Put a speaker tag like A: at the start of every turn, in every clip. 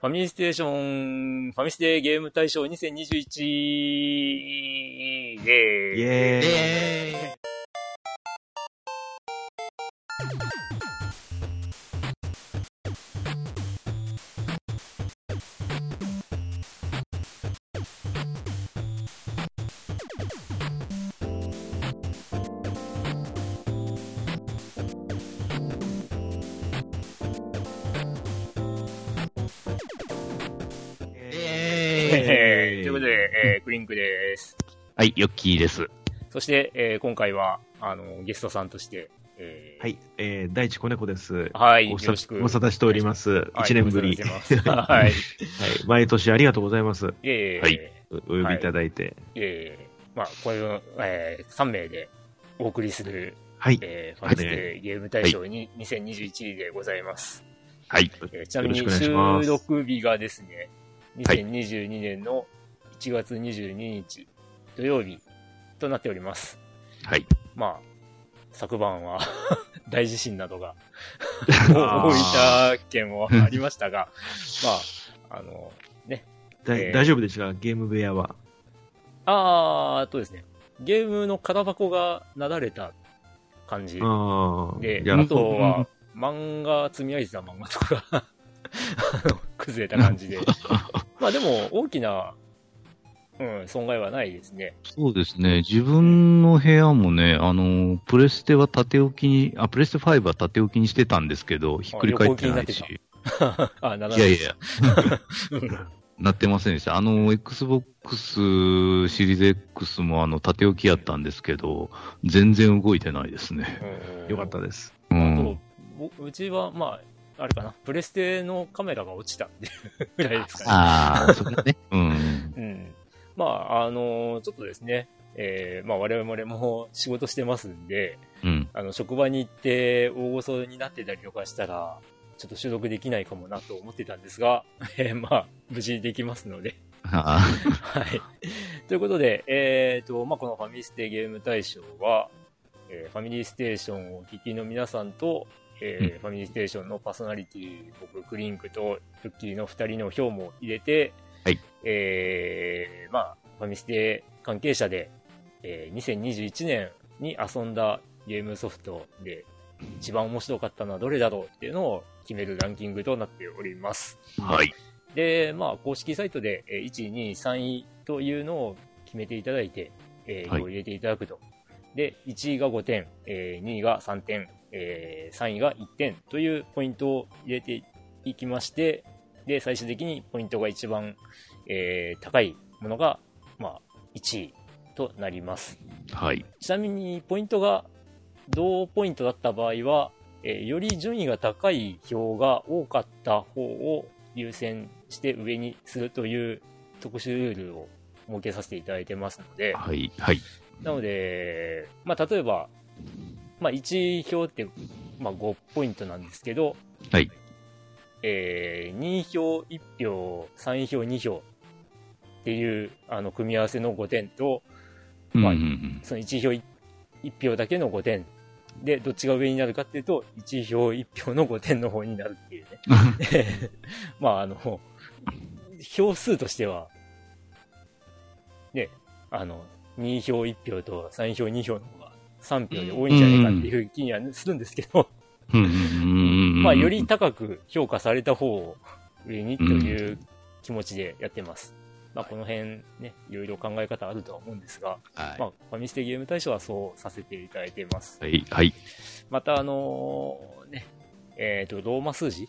A: ファミリーステーション、ファミステゲーム大賞2021、イェーイ
B: イエーイ
C: え
A: えーということで、えークリンクです。
B: はい、ヨッキーです。
A: そして、えー今回は、あの、ゲストさんとして、えー
B: はい、えー、大地子猫です。
A: はい、よ
B: ご無沙
A: ろしく。
B: 汰ご無沙汰しております。
A: はい
B: 一年ぶり。
A: ご無沙汰してます はい。
B: はい、毎年ありがとうございます。
A: いえいえ、
B: はいいおお呼びいただいて。
A: えいえまあ、これの、えー、3名でお送りする、
B: はい、
A: えーファミステゲーム大賞に、2021でございます。
B: はい。
A: えーちなみに
B: よろしく
A: 収
B: お願いします
A: 録日がですね、
B: はい
A: 2022年の1月22日土曜日となっております。
B: はい。
A: まあ、昨晩は 大地震など が
B: あー
A: 大分県もありましたが、まあ、あの、
B: だ
A: えー
B: 大丈夫でしたかゲーム部屋は。
A: あーっとですね、ゲームの空箱がなだれた感じ
B: ああ。
A: で、
B: じゃ
A: あ
B: あ、
A: とは漫画、積み上げてた漫画とか あの、崩れた感じで。まあでも、大きな、うん、損害はないですね。
D: そうですね。自分の部屋もね、あの、プレステは縦置きに、あ、プレステ5は縦置きにしてたんですけど、ひっくり返ってないし。
A: あ、なら
D: いやいや、
A: うん
D: なってませんでした。あの、Xbox シリーズ X もあの、縦置きやったんですけど、全然動いてないですね。
A: うん
B: よかったです。
A: あ
D: う
A: と
D: ん。、
A: ぼうちは、まあ、あれかな、プレステのカメラが落ちたっていうぐらいですかね。
D: ああ、それね。 うん。
A: うん。まあ、あのちょっとですね、えーまあ我々も仕事してますんで、
D: うん。
A: あの、職場に行って大ごそになってたりとかしたら、ちょっと収録できないかもなと思ってたんですが、 えーまあ、無事できますので。
D: あ
A: はい。ということで、えっ、と、まあ、このファミステゲーム大賞は、えーファミリーステーションをお聞きの皆さんと、えー
D: う
A: ファミリーステーションのパーソナリティ、僕、クリンクとルッキーの2人の票も入れて、
D: はい
A: えーまあ、ファミステ関係者で、えー2021年に遊んだゲームソフトで、一番面白かったのはどれだろうっていうのを決めるランキングとなっております。
D: あ、はい。
A: で、まあ、公式サイトで、えー1位、2位、3位というのを決めていただいて、えー
D: はい
A: 票を入れていただくと。で、1位が5点、え2位が3点、え3位が1点というポイントを入れていきまして、で、最終的にポイントが一番、えー高いものが、まあ、1位となります。
D: はい。
A: ちなみに、ポイントが同ポイントだった場合は、えーより順位が高い票が多かった方を優先して上にするという特殊ルールを設けさせていただいてますので、
D: はい。はい。
A: なので、まあ、例えば、まあ、1票って、まあ、5ポイントなんですけど、
D: はい
A: えー2票、1票、3票、2票っていうあの組み合わせの5点と、
D: うんう
A: はい
D: ん
A: その1票 1, 票だけの5点。で、どっちが上になるかっていうと、1票1票の5点の方になるっていうね。 まあ、あの、票数としては、ね、あの、2票1票と3票2票の方が3票で多いんじゃないかっていう気にはするんですけど、
D: うん。うんうんうんうん。
A: まあ、より高く評価された方を上にという気持ちでやってます。まあ、この辺ね、いろいろ考え方あるとは思うんですが、
D: はい、
A: まあ、ファミステゲーム大賞はそうさせていただいています。
D: はい。はい。
A: また、あのーね、えっ、と、ローマ数字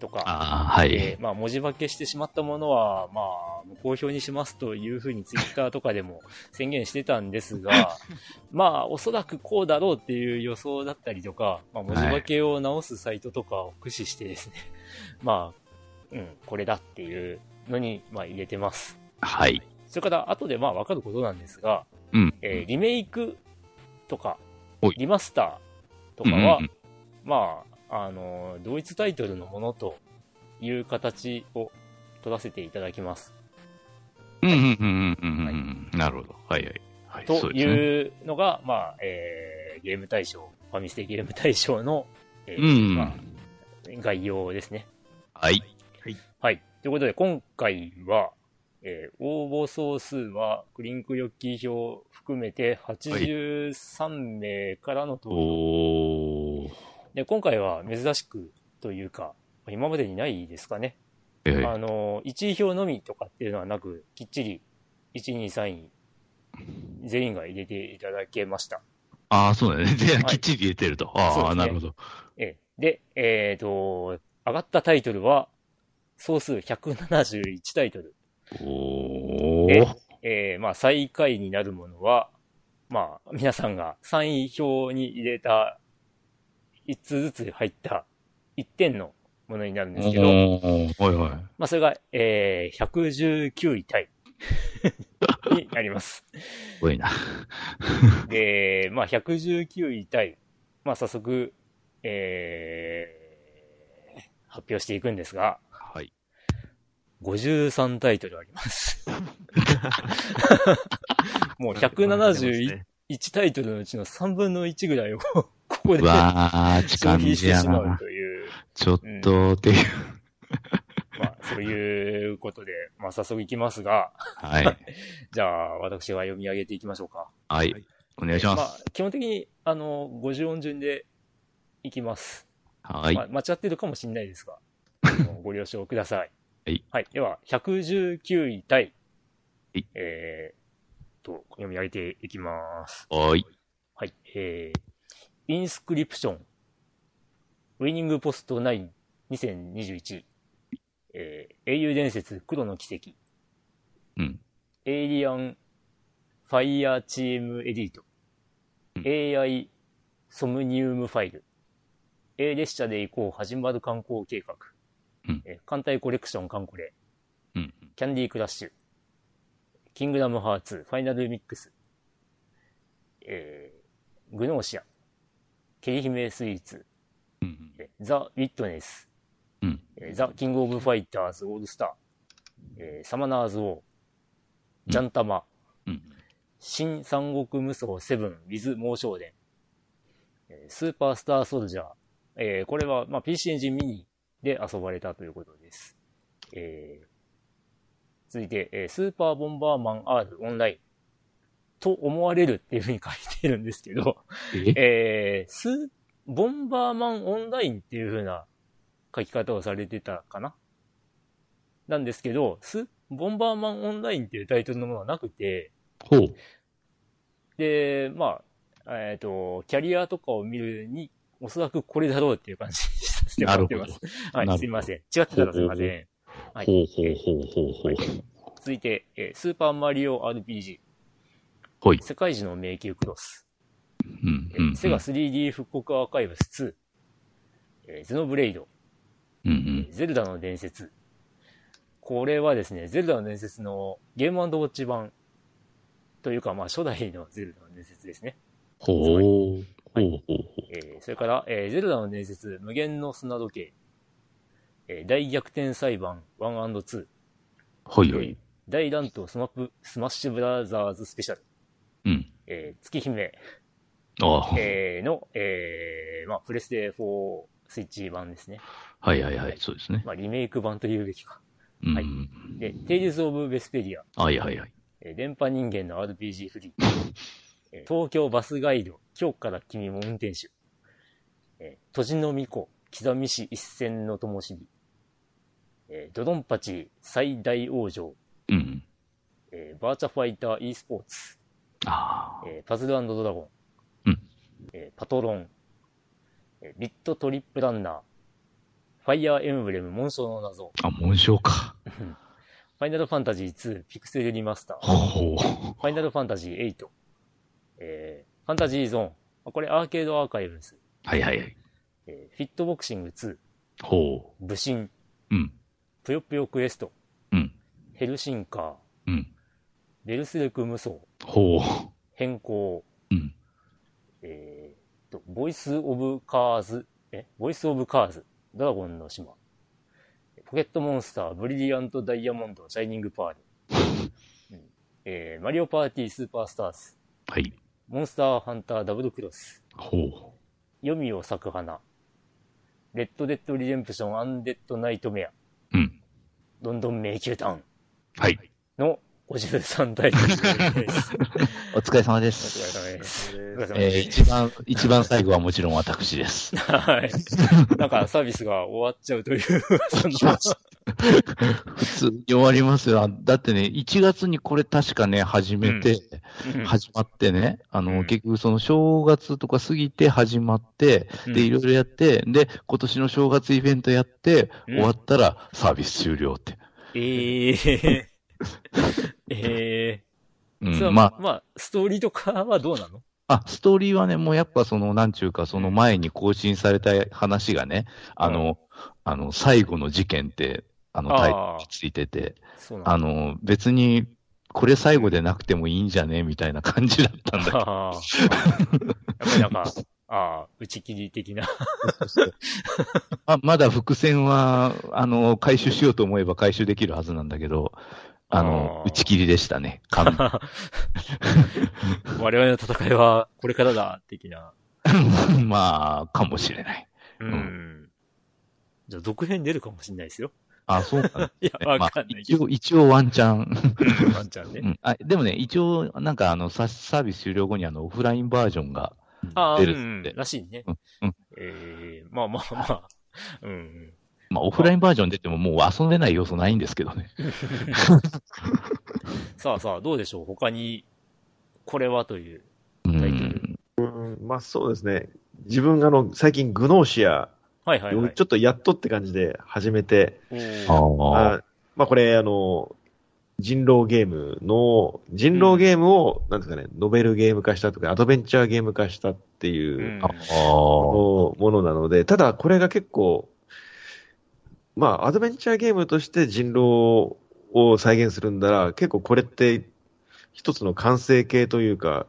A: とか、
D: ああ、は
A: え
D: い。
A: ーまあ、文字化けしてしまったものは、まあ、無効票にしますというふうにツイッターとかでも宣言してたんです が、まあ、おそらくこうだろうっていう予想だったりとか、まあ、文字化けを直すサイトとかを駆使してですね、 まあ、うん、これだっていうのに、まあ、入れてます。
D: はい。
A: それから、後でまあ分かることなんですが、
D: うん
A: えーリメイクとか
D: おい、
A: リマスターとかは、
D: うんうんうん
A: まあ、あのー同一タイトルのものという形を取らせていただきます。
D: うんうんうんうんうんうんうん。なるほど。はいはい。はい、
A: と
D: そうですね
A: いうのが、まあ、えーゲーム大賞、ファミステゲーム大賞の、えー
D: うん。
A: まあ、概要ですね。
D: はい。
B: はい。
A: はい。ということで、今回は、えー応募総数は、クリンクヨッキー表含めて83名からの投票、
D: おー。
A: で、今回は珍しくというか、今までにないですかね。
D: ええ
A: あの、1位票のみとかっていうのはなく、きっちり、1、2、3位、全員が入れていただけました。
D: ああ、そうだね。で、
A: はい
D: きっちり入れてると。
A: そう
D: あ
A: です
D: あ、
A: ね
D: なるほど。
A: ええで、えっ、と、上がったタイトルは、総数171タイトル。
D: お
A: で
D: ー。、
A: えーまあ、最下位になるものは、まあ、皆さんが3位表に入れた、1つずつ入った1点のものになるんですけど、
D: おーはいはい。
A: まあ、それが、えー119位タイになります。
D: すごいな。
A: で、まあ、119位タイ、まあ、早速、えー発表していくんですが、
D: はい。
A: 53タイトルあります。もう171 1タイトルのうちの3分の1ぐらいをここで
D: う
A: 消
D: わー、痴漢
A: 費し
D: じ
A: て
D: や
A: しまう
D: な。
A: という、
D: ちょっと、っていう。
A: まあ、そういうことで、まあ、早速いきますが、
D: はい。
A: じゃあ、私が読み上げていきましょうか。
D: はい。お願いしま。
A: ますあ、基本的に、あの、50音順でいきます。
D: はい
A: ま。あ、間違ってるかもしれない ですが、あのご了承ください。
D: はい。
A: では、119位対、
D: はい
A: えー、と、読み上げていきます。
D: はい。
A: はい、えー、インスクリプション、ウィニングポスト9、2021、えー、英雄伝説、黒の奇跡、
D: うん。
A: エイリアン、ファイヤーチームエディート、
D: うん
A: AI、ソムニウムファイル、A 列車で行こう、始まる観光計画、
D: うん
A: えー艦隊コレクション、カンコレ、
D: うん。
A: キャンディークラッシュ、キングダムハーツ、ファイナルミックス、えー、グノーシア、ケリヒメスイーツ、
D: うん。
A: えーザ・ウィットネス、
D: うん
A: えーザ・キング・オブ・ファイターズ・オールスター、えーサマナーズ・王、ジャンタマ、
D: うん。
A: 新三国無双セブン、ウィズ・猛将伝、えースーパースター・ソルジャー、えーこれは、まあ、PC エンジンミニで遊ばれたということです。えー続いて、えースーパーボンバーマン R オンラインと思われるっていうふうに書いてるんですけど、
D: え
A: えース、ボンバーマンオンラインっていう風な書き方をされてたかななんですけど、ス、ボンバーマンオンラインっていうタイトルのものはなくて、
D: ほう。
A: で、まあ、えっ、と、キャリアとかを見るに、おそらくこれだろうっていう感じにしてもらってます。は
D: なるほ
A: い、
D: ど
A: すいません。違ってたらすいません。はい
D: ほうほうほうほうほう。
A: 続いて、えースーパーマリオ RPG、
D: ほい。
A: 世界中の迷宮クロス、
D: うん
A: え。ー
D: うん。
A: セガ 3D 復刻アーカイブス2、えーゼノブレイド、
D: うんうん。
A: ゼルダの伝説。これはですね、ゼルダの伝説のゲームウォッチ版というか、まあ、初代のゼルダの伝説ですね。
D: ほう。ほうほうほう。
A: えーそれから、えーゼルダの伝説、無限の砂時計、えー大逆転裁判 1&2、
D: はいはい。
A: 大乱闘スマップ、スマッシュブラザーズスペシャル、
D: うん。
A: えー月姫、
D: ああ。
A: えーの、えーまあ、プレステ4スイッチ版ですね。
D: はいはいはい。そうですね。
A: まあ、リメイク版というべきか。
D: うん。
A: はいで、テイルズ・オブ・ベスペリア、
D: はいはいはい。
A: えー電波人間の RPG フリー、えー東京バスガイド、今日から君も運転手、えー、都の巫女、刻み市一戦の灯火、えードドンパチ最大王女、
D: うん。
A: えーバーチャファイター e スポーツ、
D: ああ。
A: えーパズルドラゴン、
D: うん
A: えーパトロン、えービットトリップランナー、ファイアーエンブレム紋章の謎、
D: あ、紋章か。
A: ファイナルファンタジー2ピクセルリマスター、
D: ほう。
A: ファイナルファンタジー8、えー、ファンタジーゾーン、あこれアーケードアーカイブです。
D: はいはいはい。
A: えー、フィットボクシング2、
D: ほ
A: 武神、
D: う。うん。
A: ぷよぷよクエスト、
D: うん。
A: ヘルシンカー、
D: うん。
A: ベルスレク無双、
D: ほ
A: 変更、
D: う。うん。
A: えー、と、ボイスオブカーズ、え、ボイスオブカーズ、ドラゴンの島、ポケットモンスター、ブリリアントダイヤモンド、シャイニングパール、うんえー、マリオパーティースーパースターズ、
D: はい。
A: モンスターハンターダブルクロス、
D: ほう。
A: 読みを咲く花、レッド・デッド・リデンプション・アンデッド・ナイト・メア、
D: うん。
A: どんどん迷宮タウン
D: はい。
A: の53代表です。
D: お疲れ様で
A: お疲れ様です。お疲れ様
D: えー
A: です。
D: 一番、一番最後はもちろん私 です。
A: はい。なんかサービスが終わっちゃうという、その、
D: 普通に終わりますよ。だってね、1月にこれ確かね、始めて、
A: うん
D: 始まってね、あの、
A: うん
D: 結局その正月とか過ぎて始まって、
A: うん
D: で、いろいろやって、で、今年の正月イベントやって、
A: うん
D: 終わったらサービス終了って。
A: えええ
D: う
A: え
D: ん
A: それ、は
D: まあ、
A: まあ、ストーリーとかはどうなの
D: あ、ストーリーはね、もうやっぱその、なんちゅうか、その前に更新された話がね、あの、あの、最後の事件って、あの、タイトル
A: ああ
D: についてて、
A: そうな
D: あの、別に、これ最後でなくてもいいんじゃねみたいな感じだったんだけど。
A: ああ。やっぱりなんか、ああ、打ち切り的な。
D: まあまだ伏線は、あの、回収しようと思えば回収できるはずなんだけど、あの、
A: あー
D: 打ち切りでしたね。完全
A: 我々の戦いはこれからだ、的な。
D: まあ、かもしれない。
A: うん。じゃあ、続編出るかもしれないですよ。
D: あ、そうか、ね。
A: いや、わ
D: ま
A: か
D: あ
A: んない、け
D: 一
A: ど。
D: 応、一応ワンチャン。
A: ワンちゃん
D: う
A: ね。
D: んあでもね、一応、なんかあの、ササービス終了後にあの、オフラインバージョンが、
A: ああ、う
D: 出るっ
A: ん。
D: て
A: らしいね。
D: うんうん
A: ええまあまあまあ。うん。
D: まあ、オフラインバージョン出てももう遊べない要素ないんですけどね。
A: さあさあ、どうでしょう他に、これはという。
D: う
A: タイトル
D: ん。
B: うんまあそうですね。自分があの、最近グノーシア
A: はいはいは
B: を
A: い。
B: ちょっとやっとって感じで始めて、
A: おー
D: ああ。
B: あまあこれあの、人狼ゲームの、人狼ゲームを、なんですかね、ノベルゲーム化したとか、アドベンチャーゲーム化したっていうう、
A: ん
D: ああ。
B: のものなので、ただこれが結構、まあ、アドベンチャーゲームとして人狼を再現するんだら、結構これって一つの完成形というか、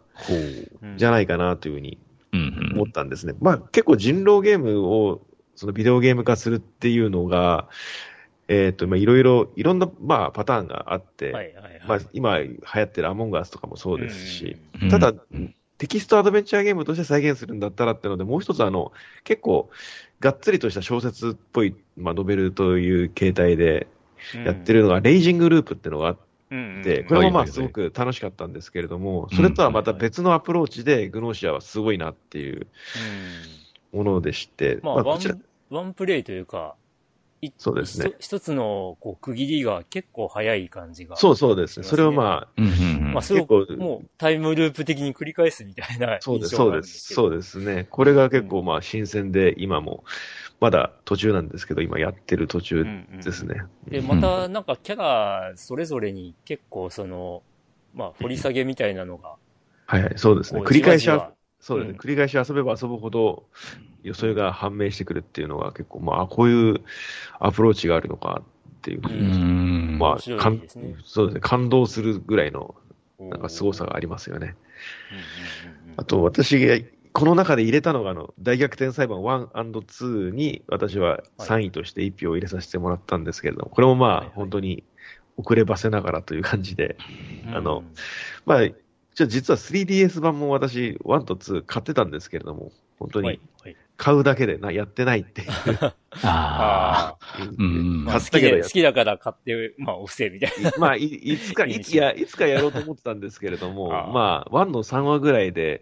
A: うん
B: じゃないかなというふうに
D: うんう
B: 思
D: ん。
B: ったんですね。まあ、結構人狼ゲームを、そのビデオゲーム化するっていうのが、えっ、と、まあ、いろいろ、いろんな、まあ、パターンがあって、
A: はいはいはい。
B: まあ、今流行ってるアモンガスとかもそうですし、
A: ん。
B: ただ
D: ん、
B: テキストアドベンチャーゲームとして再現するんだったらってので、もう一つあの、結構、がっつりとした小説っぽい、まあ、ノベルという形態でやってるのが、レイジングループってのがあっ
A: うん。
B: て、
A: うん
B: これもま
D: は
B: あ、
D: いはいはい
B: すごく楽しかったんですけれども、それとはまた別のアプローチで、グノーシアはすごいなっていう
A: うん
B: ものでして、
A: ま
B: ま
A: あ、
B: あ、
A: ワ
B: こちら
A: ン、、ワンプレイというか、い
B: そうですね
A: 一つ一つのこう区切りが結構早い感じが。
B: そうそうです
A: しま
B: ね。
A: すね
B: それをまあ、
D: うんうん
A: まあ、それを
B: 結構
A: もうタイムループ的に繰り返すみたいな
B: そうです、
A: 印象
B: そ
A: が
B: う
A: あるん
B: で
A: です
B: す、
A: け
B: そ
A: ど
B: うですね。これが結構まあ、新鮮で、今も、まだ途中なんですけど、今やってる途中
A: うんうん
B: ですね。
A: で、またなんかキャラそれぞれに結構その、まあ、掘り下げみたいなのが、
B: はいはい、そうです
A: こ
B: ね。
A: う
B: 繰り返し
A: じわ
B: は
A: じわ
B: そうですね、
A: うん
B: 繰り返し遊べば遊ぶほど、予想が判明してくるっていうのが結構、まあ、こういうアプローチがあるのかっていうふう
D: う
B: に、
D: ん。
B: ま
A: 面白
B: あ、
A: い
B: かん
A: ですね
B: そうですね、感動するぐらいの、
A: こう
B: なんか凄さがありますよね。
A: うんうんうんうん
B: あと、私が、この中で入れたのが、あの、大逆転裁判 1&2 に、私は3位として1票を入れさせてもらったんですけれども、これもまあ、
A: はいはい
B: 本当に遅ればせながらという感じで、あの
A: うん
B: まあ、ちょ実は 3DS 版も私、1と2買ってたんですけれども、本当
A: は
B: に
A: いはい
B: 買うだけでなやってないっていう。
D: ああ。
A: ああ
D: うん
A: まあ
B: 買
A: 好
B: っ
A: き
B: たけど
A: で
B: や
A: 好きだから買って、まあ、お布施みたいな。
B: まあ、いいつか、
A: いい
B: い
A: で
B: つ
A: しょう
B: や、いつかやろうと思ってたんですけれども、
A: ああ
B: まあ、1の3話ぐらいで、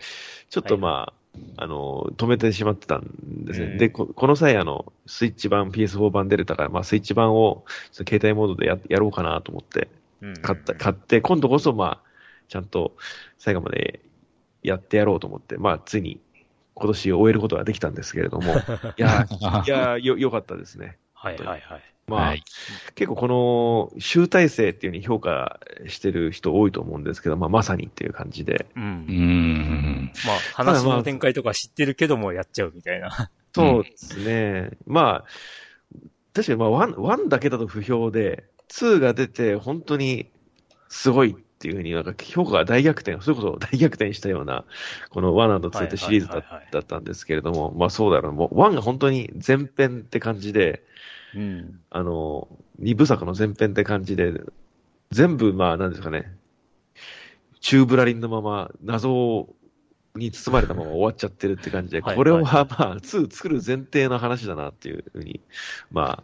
B: ちょっと
A: はい
B: まあ、あの、止めてしまってたんですね。
A: うん
B: でこ、この際、あの、スイッチ版、PS4 版出るたから、まあ、スイッチ版を、ちょっと携帯モードでややろうかなと思って、
A: うん
B: 買った、買って、今度こそ、まあ、ちゃんと最後までやってやろうと思って、まあ、ついに、今年終えることができたんですけれど も、いや、いや、よ、良かったですね。
A: はいはいはい。
B: まあ、
D: はい。
B: 結構この集大成っていうふうに評価してる人多いと思うんですけど、まあ、まさにっていう感じで。
A: うん
D: う。ん。
A: まあ、話の展開とか知ってるけどもやっちゃうみたいな。
B: そうですね。まあ、確かにまあワンワンだけだと不評で、2が出て本当にすごいっていうふうに、なんか評価が大逆転、それこそ大逆転したような、この1と2ってシリーズだ
A: はい
B: っ
A: はいはいはい
B: だったんですけれども、まあそうだろう。もう1が本当に前編って感じで、
A: うん。
B: あの、二部作の前編って感じで、全部、まあ、なんですかね、宙ぶらりんのまま、謎に包まれたまま終わっちゃってるって感じで、
A: はい
B: これは
A: はい
B: まあ、2作る前提の話だなっていうふうに、まあ、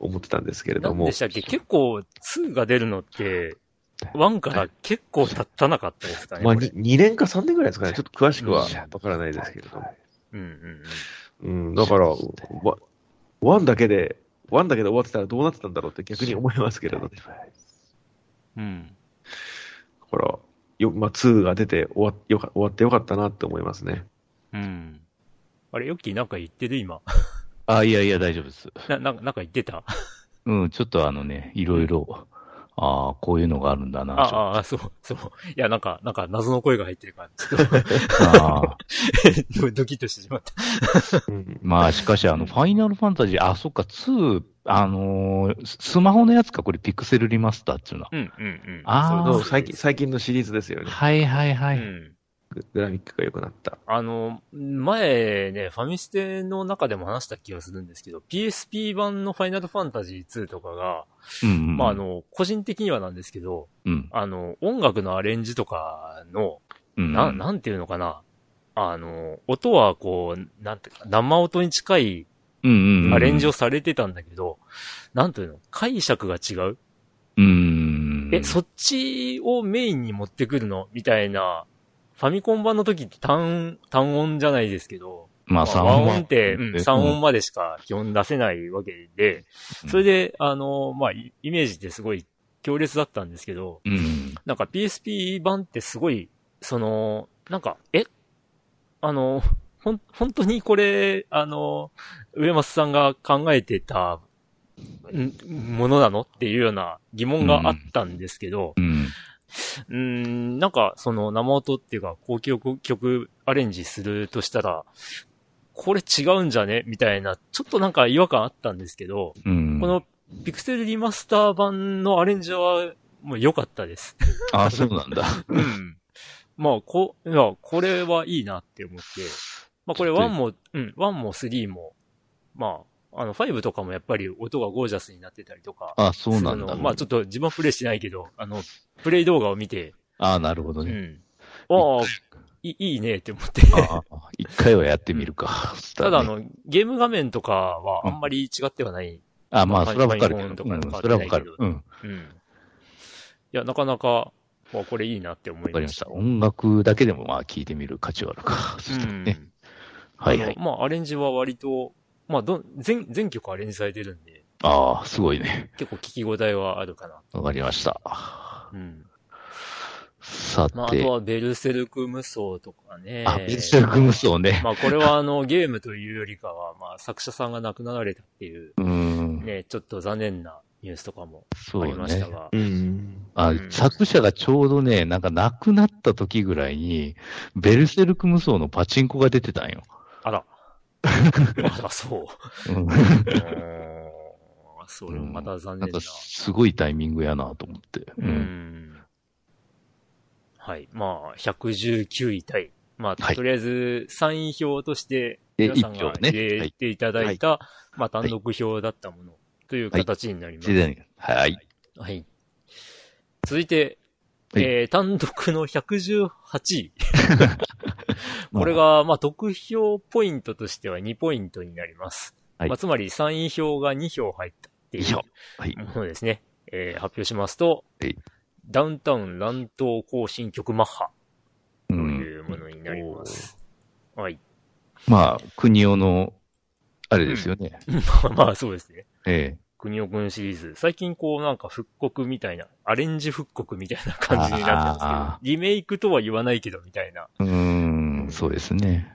B: 思ってたんですけれど
A: 何
B: も
A: でし。たっけ結構、2が出るのって、1から結構経ったなかったですかね。
B: まあ、
A: これ
B: 2年か3年ぐらいですかね。ちょっと詳しくはわからないですけれども。
A: うんうんうん。
B: うん、だから、わワンだけで、ワンだけで終わってたらどうなってたんだろうって逆に思いますけれどね。
A: うん。
B: だから、よ、まあ、2が出て終わよか終わってよかったなって思いますね。
A: うん。あれ、ヨッキーなんか言ってる今。
D: あ、いやいや、大丈夫です。
A: な、ななんか言ってた
D: うん、ちょっとあのね、いろいろ、ああ、こういうのがあるんだな、
A: あ
D: ちょっ
A: ああ、そう、そう。いや、なんか、なんか謎の声が入ってるから、ちょっ
D: とああ
A: と、ドキッとしてしまった。
B: うん、
D: まあ、しかし、あの、ファイナルファンタジー、あ、そっか、2、あのーススマホのやつか、これ、ピクセルリマスターっていうのは。
A: うんうんうん。
D: あー
A: そう
B: の
A: そう
B: 最近、最近のシリーズですよね。
D: はいはいは
A: う
D: い。
A: ん。
B: ググラフィックが良くなった。
A: あの、前ね、ファミステの中でも話した気がするんですけど、PSP 版のファイナルファンタジー2とかが、
D: うんうん
A: まあ、あの、個人的にはなんですけど、
D: うん。
A: あの、音楽のアレンジとかの、
D: うん。
A: な、なんていうのかな。あの、音はこう、なんていうか、生音に近い
D: うんうんうん。
A: アレンジをされてたんだけど、なんていうの解釈が違う
D: うん。
A: え、そっちをメインに持ってくるのみたいな、ファミコン版の時って単、単音じゃないですけど、
D: まあ、
A: まあ
D: 3
A: 和
D: 音
A: 音って、うん、3音までしか基本出せないわけで、
D: うん
A: それで、あの、まあ、イイメージってすごい強烈だったんですけど、
D: うん。
A: なんか PSP 版ってすごい、その、なんか、えあの、ほん、本当にこれ、あの、上松さんが考えてた、んものなのっていうような疑問があったんですけど、
D: うん。
A: うーん、なんか、その生音っていうか、高曲曲アレンジするとしたら、これ違うんじゃねみたいな、ちょっとなんか違和感あったんですけど、
D: うん。
A: このピクセルリマスター版のアレンジは、もう良かったです。
D: あ、そうなんだ。
A: うん。まあ、こ、いや、これはいいなって思って。まあ、これ1も、うん、1も3も、まあ、あの、5とかもやっぱり音がゴージャスになってたりとか。
D: あ、そうなん
A: する
D: だ。
A: のまあ、ちょっと自分はプレイしないけど、あの、プレイ動画を見て、
D: あなるほど
A: う
D: ね。
A: ん。ああ、いいいねって思って。
D: ああ一回はやってみるか。
A: ただ、あ、の、ゲーム画面とかはあんまり違ってはない。
D: あ、まあ、それはわかる
A: ファ
D: け
A: イファイフォンとかわか
D: ど。うん、
A: んない
D: それはわかる
A: け。ど
D: うん。
A: うん。いや、なかなか、まあ、これいいなって思
D: わ
A: い
D: かり
A: ま
D: まし
A: した
D: た。。音楽だけでも、まあ、聴いてみる価値はあるか。 そしたら
A: う
D: ね
A: ん。
D: はいはい
A: あ。のまあ、アレンジは割と、まあ、どん、全、全曲アレンジされてるんで、
D: ああ、すごいね。
A: 結構聞き応えはあるかな。
D: わかりました。
A: うん。
D: さ
A: まあ、あ
D: て
A: と、はベルセルク無双とかね。
D: あ、ベルセルク無双ね。
A: まあ、これはあの、ゲームというよりかは、まあ、作者さんが亡くなられたっていう、
D: うん。
A: ね、ちょっと残念なニュースとかも
D: そ
A: あ
D: う
A: りまし
D: ね
A: た。が。
B: うん。
D: あ
A: うん
D: 作者がちょうどね、なんか亡くなった時ぐらいに、ベルセルク無双のパチンコが出てたんよ。
A: あ ら。あら、そう。
D: うん
A: うーんそれもまた残
D: なん
A: 念な
D: か。すごいタイミングやなと思って。う。
A: うんん。はい。まあ、119位タイ。まあ、
D: はい
A: とりあえず、参位票として、
D: で
A: 皆さんが
D: 一票ね
A: 入れていただいた、まあ、単独票だったもの、という形になります。
D: 自然にはい。
A: はい。続いて、
D: はい
A: えー、単独の118位。
D: もう
A: これ、が、まあ、得票ポイントとしては2ポイントになります。
D: はい
A: まあ、つまり、参位票が2票入ったってい
D: 以
A: う。
D: 上。はい。
A: ものですね、えー発表しますと
D: はい、
A: ダウンタウン乱闘行進曲マッハ
D: う
A: と
D: ん。
A: いうものになります。はい。
D: まあ、国尾の、あれですよね。
A: まあまあ、そうですね。
D: ええ。
A: 国尾くんシリーズ。最近こうなんか復刻みたいな、アレンジ復刻みたいな感じになって
D: あ
A: ますけど、リメイクとは言わないけどみたいな。
D: うーん、そうですね。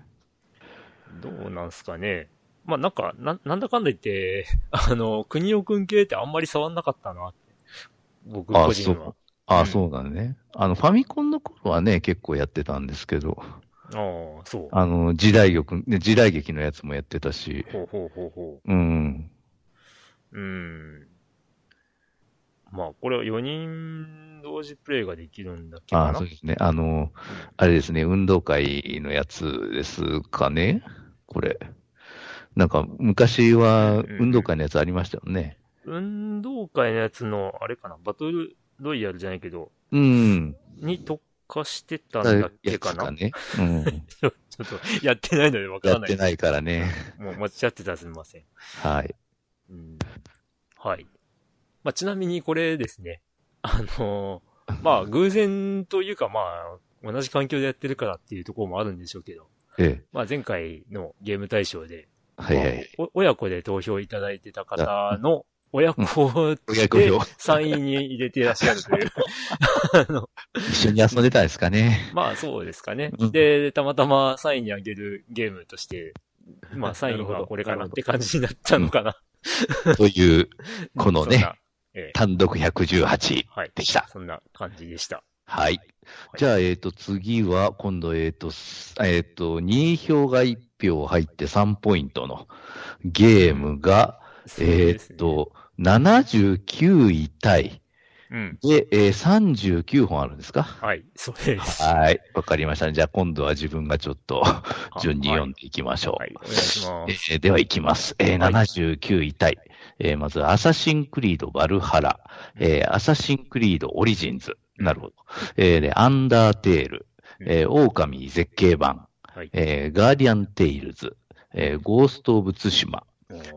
A: どうなんすかね。まあなんか、な、なんだかんだ言って、 あの、国尾くん系ってあんまり触んなかったなって。僕
D: あ
A: 個人は。
D: あ
A: うん
D: あ、そうだね。あの、ファミコンの頃はね、結構やってたんですけど、
A: ああ、そう。
D: あの、時代劇、ね時代劇のやつもやってたし、
A: ほうほうほうほう。
D: うん。
A: うーん。まあ、これは4人同時プレイができるんだっけ
D: あ
A: か
D: あ、
A: な
D: そうですね。あの、あれですね、運動会のやつですかね、これ。なんか、昔は
A: うん
D: 運動会のやつありましたよね。
A: 運動会のやつの、あれかな、バトルロイヤルじゃないけど、
D: うん。
A: に特化してたんだっけかな
D: やつね。うん。
A: ちょちょっと、やってないのでわか
D: や
A: ら
D: っ
A: ない。
D: てないからね。
A: もう間違ってたらすみません。
D: はい。
A: うんはい。まあ、ちなみにこれですね。あのーまあ、偶然というか、まあ、同じ環境でやってるからっていうところもあるんでしょうけど、
D: ええ。
A: まあ、前回のゲーム大賞で、
D: はいはい。
A: まあお親子で投票いただいてた方の親子
D: 親子
A: で
D: 票
A: 3位に入れていらっしゃるという。
D: 一緒に遊んでたんですか ね。
A: まあそうですかね
D: う。ん
A: で、たまたまサインにあげるゲームとして、まあサインはこれか
B: な
A: なっ
B: るほ
A: て
B: ど
A: 感じになったのかな。
D: という、この
A: そん
D: ね
A: な、ええ
D: 単独118
A: はい。
D: でした。
A: そんな感じでした。
D: はい。じゃあ、えっ、と、次は、今度、えっ、と、すえっ、と、2票が1票入って3ポイントのゲームが、
A: そう
D: えっ、
A: ですね、
D: と、79位タイ
A: うん。
D: で、えー39本あるんですか
A: はい、そうです。
D: はい。わかりました、じゃあ、今度は自分がちょっと 順に読んでいきましょう。
A: はい、はいお願いします。
D: えーでは行きます。えー
A: はい
D: 79位タイ。えーまず、アサシンクリード・バルハラ。えーアサシンクリード・オリジンズ。なるほど。えーで、アンダーテール。えー、狼絶景版。
A: はい。
D: えーガーディアン・テイルズ。えーゴースト・オブ・ツシマ。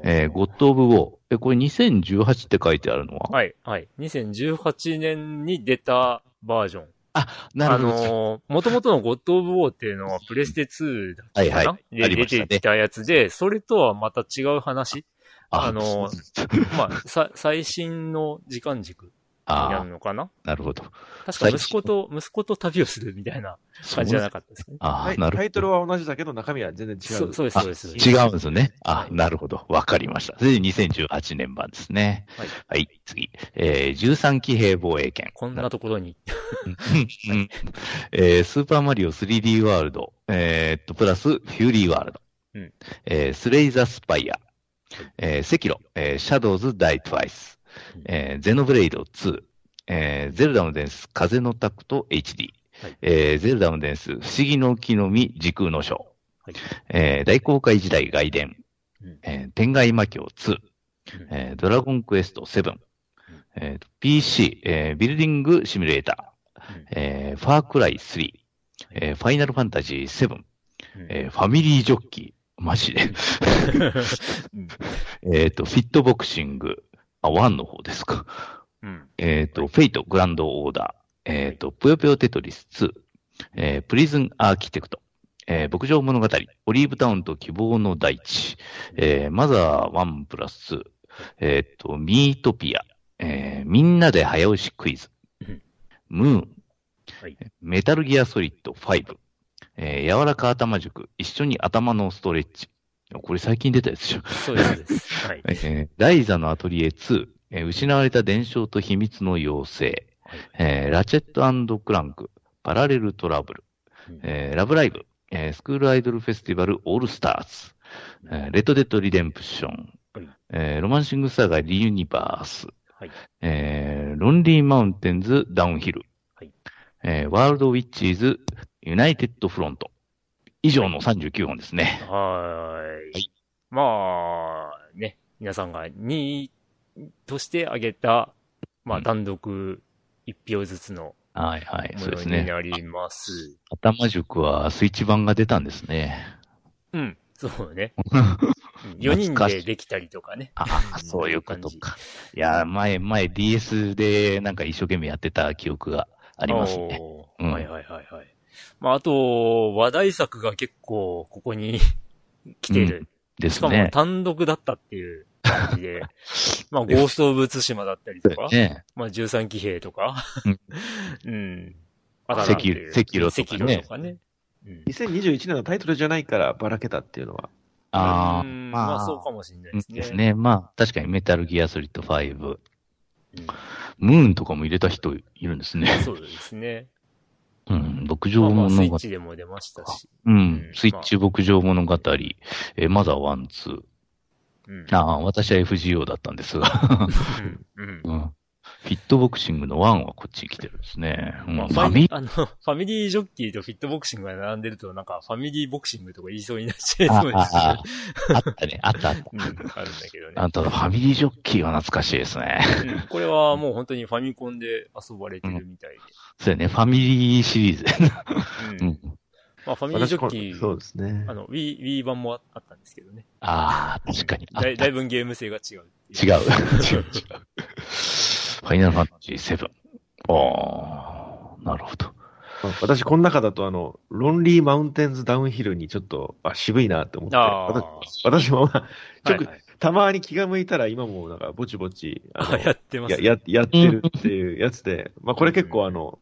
D: えーゴッド・オブ・ウォー。え、これ2018って書いてあるのは
A: はい、はい。2018年に出たバージョン。
D: あ、な
A: あ
D: るほど。
A: のー、もともとのゴッド・オブ・ウォーっていうのはプレステ2だっ
D: はい
A: けか
D: はい
A: な、。
D: あ
A: で
D: りま
A: 出
D: したね
A: てきたやつで、それとはまた違う話あのー
D: そう
A: まあ、さ、最新の時間軸にな
D: あ
A: るのかな
D: ーなるほど。
A: 確か息子と、息子と旅をするみたいな
D: そ
A: 感
D: う
A: じじゃなかったですかね。
D: あ
B: タ
D: ー
B: イ
D: なる
B: タ
D: ほ
B: イトル
D: ど。
B: は同じだけど中身は全然違。
A: そううそうです、
D: あ
A: そうです。
D: 違うんですね。あ
A: は、い
D: なるほど。わかりました。それで2018年版ですね。
A: はい。
D: はい、次。えー、13騎兵防衛権。
A: こんなところに。
D: うんえースーパーマリオ 3D ワールド、えーっと、プラスフューリーワールド、
A: うん
D: えースレイザースパイア、えーセキロ、えーシャドウズ・ダイ・トワイス
A: うん、
D: えーゼノブレイド2、えーゼルダの伝説、風のタクト HD、
A: はい
D: えーゼルダの伝説、不思議の木の実、時空の章、
A: はい
D: えー大航海時代外伝、
A: うん
D: えー天外魔境2、えードラゴンクエスト7、えーと PC、えービルディングシミュレーター、
A: うん
D: えーファークライ3、えーファイナルファンタジー7、
A: うん
D: えーファミリージョッキー、マジで、
A: うん
D: えっと、フィットボクシング、あ、1の方ですか。
A: うん。
D: えっ、と、フェイト、グランドオーダー、えっ、と、ぷよぷよテトリス2、えープリズンアーキテクト、えー牧場物語、オリーブタウンと希望の大地、えーマザー1プラス2、えっ、と、ミートピア、えーみんなで早押しクイズ
A: うん、
D: ムーン、
A: はい
D: メタルギアソリッド5、えー柔らか頭塾、一緒に頭のストレッチ。これ最近出たやつでしょ。
A: そうです、そうです。はい。
D: えーライザのアトリエ2、えー失われた伝承と秘密の妖精、
A: はい
D: えーラチェットクランク、パラレルトラブル、
A: うん
D: えーラブライブ、えースクールアイドルフェスティバルオールスターズ、えーレッドデッドリデンプション、
A: はい
D: えーロマンシングサーガリユニバース、
A: はい
D: えーロンリーマウンテンズダウンヒル、
A: はい
D: えーワールドウィッチーズユナイテッドフロント。以上の39本ですね。
A: はー
D: はいい。
A: まあ、ね、皆さんが2位として挙げた、ま
D: う
A: あ
D: ん
A: 単独1票ずつの
D: はいはい、
A: も
D: そう
A: の
D: です
A: に
D: ね。
A: なります。
D: 頭塾はスイッチ版が出たんですね。
A: うん、そう ね。4人でできたりとかね。
D: ああ、そういうことか。いや、前、前 DS でなんか一生懸命やってた記憶がありますね。
A: おー
D: うん
A: はいはいはいはい。まあ、あと、話題作が結構ここに 来てる。
D: で
A: し
D: す
A: かも
D: ね。
A: 単独だったっていう感じ で。まあ、ゴースト・オブ・ツシマだったりとか、
D: ね
A: まあ、13騎兵とか。うん。あ
D: 赤っていう赤色赤色とかね
A: 赤色とかね。うん
B: 2021年のタイトルじゃないからばらけたっていうのは。
D: ああ、
A: うん
D: まあ、
A: まあ、そうかもしれないですね。
D: ですね。まあ、確かにメタルギアソリッド5。
A: うん。
D: ムーンとかも入れた人いるんですね。
A: そうですね。
D: うん、牧
A: ま
D: 場
A: あ、まあ
D: 物
A: スイッ
D: 語。
A: チでも出ましたし。
D: うん、スイッチ牧場物語。え、マザー1、2。
A: うん。
D: ああ、私は FGO だったんですが。
A: うん。うん
D: うん。フィットボクシングの1はこっちに来てるんですね。うん
A: まあ、フ
D: ファ
A: ァ
D: ミ
A: ミ、あの、ファミリージョッキーとフィットボクシングが並んでると、なんか、ファミリーボクシングとか言いそうになっちゃいそうです
D: あああったね、あったあっ
A: うん、あるんだけどね
D: た。 あ。んた、ファミリージョッキーは懐かしいですね。
A: うんこれはもう本当にファミコンで遊ばれてるみたいで。
D: そうやね、ファミリーシリーズ。
A: うん
D: うん
A: まあ、ファミリージョッキ
B: 私このそ
A: ー、
B: うですね
A: あ。の、Wii、Wii 版もあったんですけどね。
D: ああ、確かに。あ
A: だいだいぶんゲーム性が違うっていう。
D: 違う。違う違う。ファイナルファンタジー7。ああ、なるほど。
B: まあ私、この中だと、あの、ロンリーマウンテンズダウンヒルにちょっと、あ、渋いなって思って、
A: あー
B: 私私も、まあちょく
A: はいはい
B: たまに気が向いたら、今もなんか、ぼちぼち、あ
A: あ
B: の
A: やってます
B: や
A: ね。
B: ややってるっていうやつで、まあ、これ結構、あの、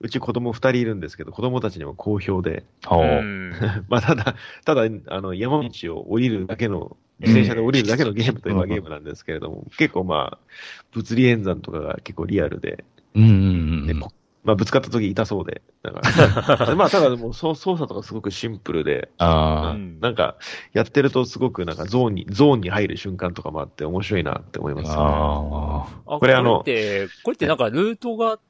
B: うち子供2人いるんですけど、子供たちにも好評で、
D: おー
A: うん
B: まあ、ただ、ただ、あの、山道を降りるだけの、自転車で降りるだけのゲームといえば
D: うん
B: ゲームなんですけれども、結構まあ、物理演算とかが結構リアルで、
D: うんうんうん。
B: まあ、ぶつかった時痛そうで、なん かまあ、ただもう操操作とかすごくシンプルで、
D: あ
A: ん
B: なんか、やってるとすごくなんかゾーンに、ゾーンに入る瞬間とかもあって面白いなって思い
D: あ、
B: ます、
D: ああ、
A: あ
B: これあ
A: こ
B: の
A: れって、これってなんかルートが、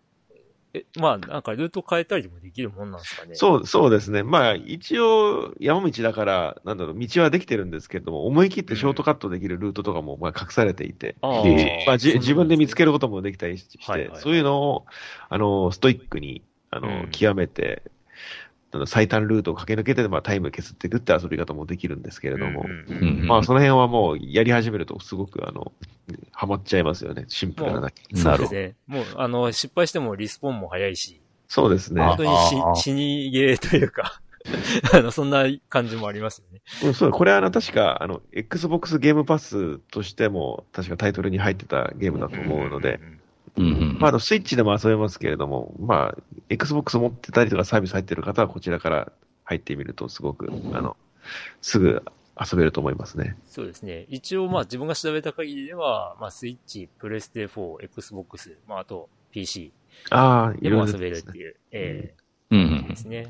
A: え、まあ、なんかルート変えたりもできるもんなんですかね。
B: そう、そうですね。まあ、一応、山道だから、なんだろう、道はできてるんですけれども、思い切ってショートカットできるルートとかも、まあ、隠されていて、
A: ああ
D: え
B: まあ、じ自分で見つけ
A: る。
B: ることもできたりして、
A: はいはいはい
B: そういうのを、あの、ストイックに、あの、
A: うん
B: 極めて、あの最短ルートを駆け抜けて、まあ、タイム削っていくって遊び方もできるんですけれども、
A: うんうん
D: う
A: うん
D: ん。
B: まあ、その辺はもう、やり始めると、すごく、あの、ハマっちゃいますよね。シンプルなだけ。
A: そ
D: な
A: うで
D: るほ
A: すね。もう、あの、失敗してもリスポーンも早いし、
B: そうですね。
A: 本
D: あ
A: 当にし
D: ああ
A: 死にゲーというか、 あの、そんな感じもありますよね。
B: うんそう、これはあの確か、あの、Xbox ゲームパスとしても、確かタイトルに入ってたゲームだと思うので、
D: うんうん
B: まあ、あの、スイッチでも遊べますけれども、まあ、Xbox 持ってたりとかサービス入ってる方は、こちらから入ってみると、すごく、あの、すぐ遊べると思いますね。
A: そうですね。一応、まあ、自分が調べた限りでは、まあ、スイッチ、プレステ4、Xbox、まあ、あと、PC
B: ああ、い
A: で
B: ろ
A: も
B: いろ
A: 遊べ
B: で
A: るっ
B: すね
A: ていう、え
D: うんう
A: えで
D: ん
A: すね。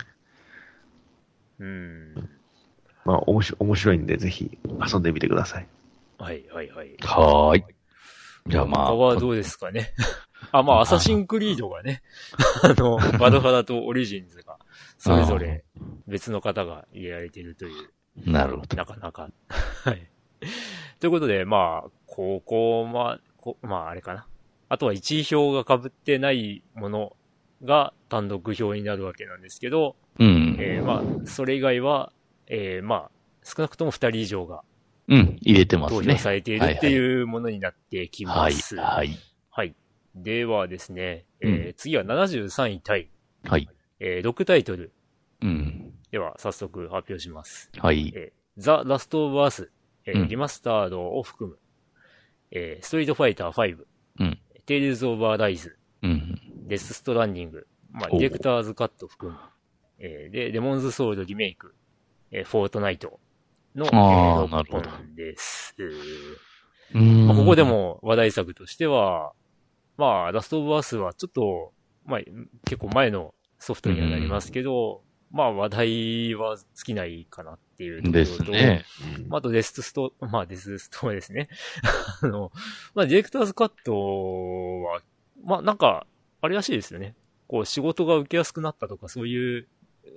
A: うん。
B: まあ、おもし面白いんで、ぜひ遊んでみてください。
A: はい、はい、はい。
D: はーい。じゃあまあ
A: 他はどうですかね。 あ、まあ、アサシンクリードがね、 あの、バドハラとオリジンズが、それぞれ別の方が入れられているという、
D: なるほど。
A: なかなか。 はい。ということで、まあ、ここ、まあ、こまあ、あれかな。あとは1位票が被ってないものが単独票になるわけなんですけど、
D: うん。
A: えーまあ、それ以外は、えーまあ、少なくとも2人以上が
D: うん。入れてます
A: 投票
D: ね。
A: されているっていうものになってきま
D: はい。
A: す。
D: はい。
A: はい。ではですね、えー
D: う
A: 次は73位タイ、
D: はい。
A: えー、6タイトル。
D: うん。
A: では、早速発表します。
D: はい。
A: えー、ザ・ラスト・オブ・アース、えー
D: うん
A: リマスタードを含む、えーストリートファイター5、
D: うん
A: テイルズ・オブ・アライズ、
D: うん。
A: デス・ストランディング、まあ、デ
D: お
A: ィレクターズ・カット含む、えーで、デモンズ・ソウル・リメイク、えーフォートナイトの、え
D: あー
A: ー
D: なるほど
A: 六本です。えー
D: うん
A: まあ、ここで。も話題作としては、まあ、ラストオブアスはちょっと、まあ、結構前のソフトにはなりますけど、まあ、話題は尽きないかなっていうところ
D: で
A: と。
D: すね。
A: まあ、あとデススト、まあ、デスストですね。 あの、まあ、ディレクターズカットは、まあ、なんか、あれらしいですよね。こう、仕事が受けやすくなったとか、そういう、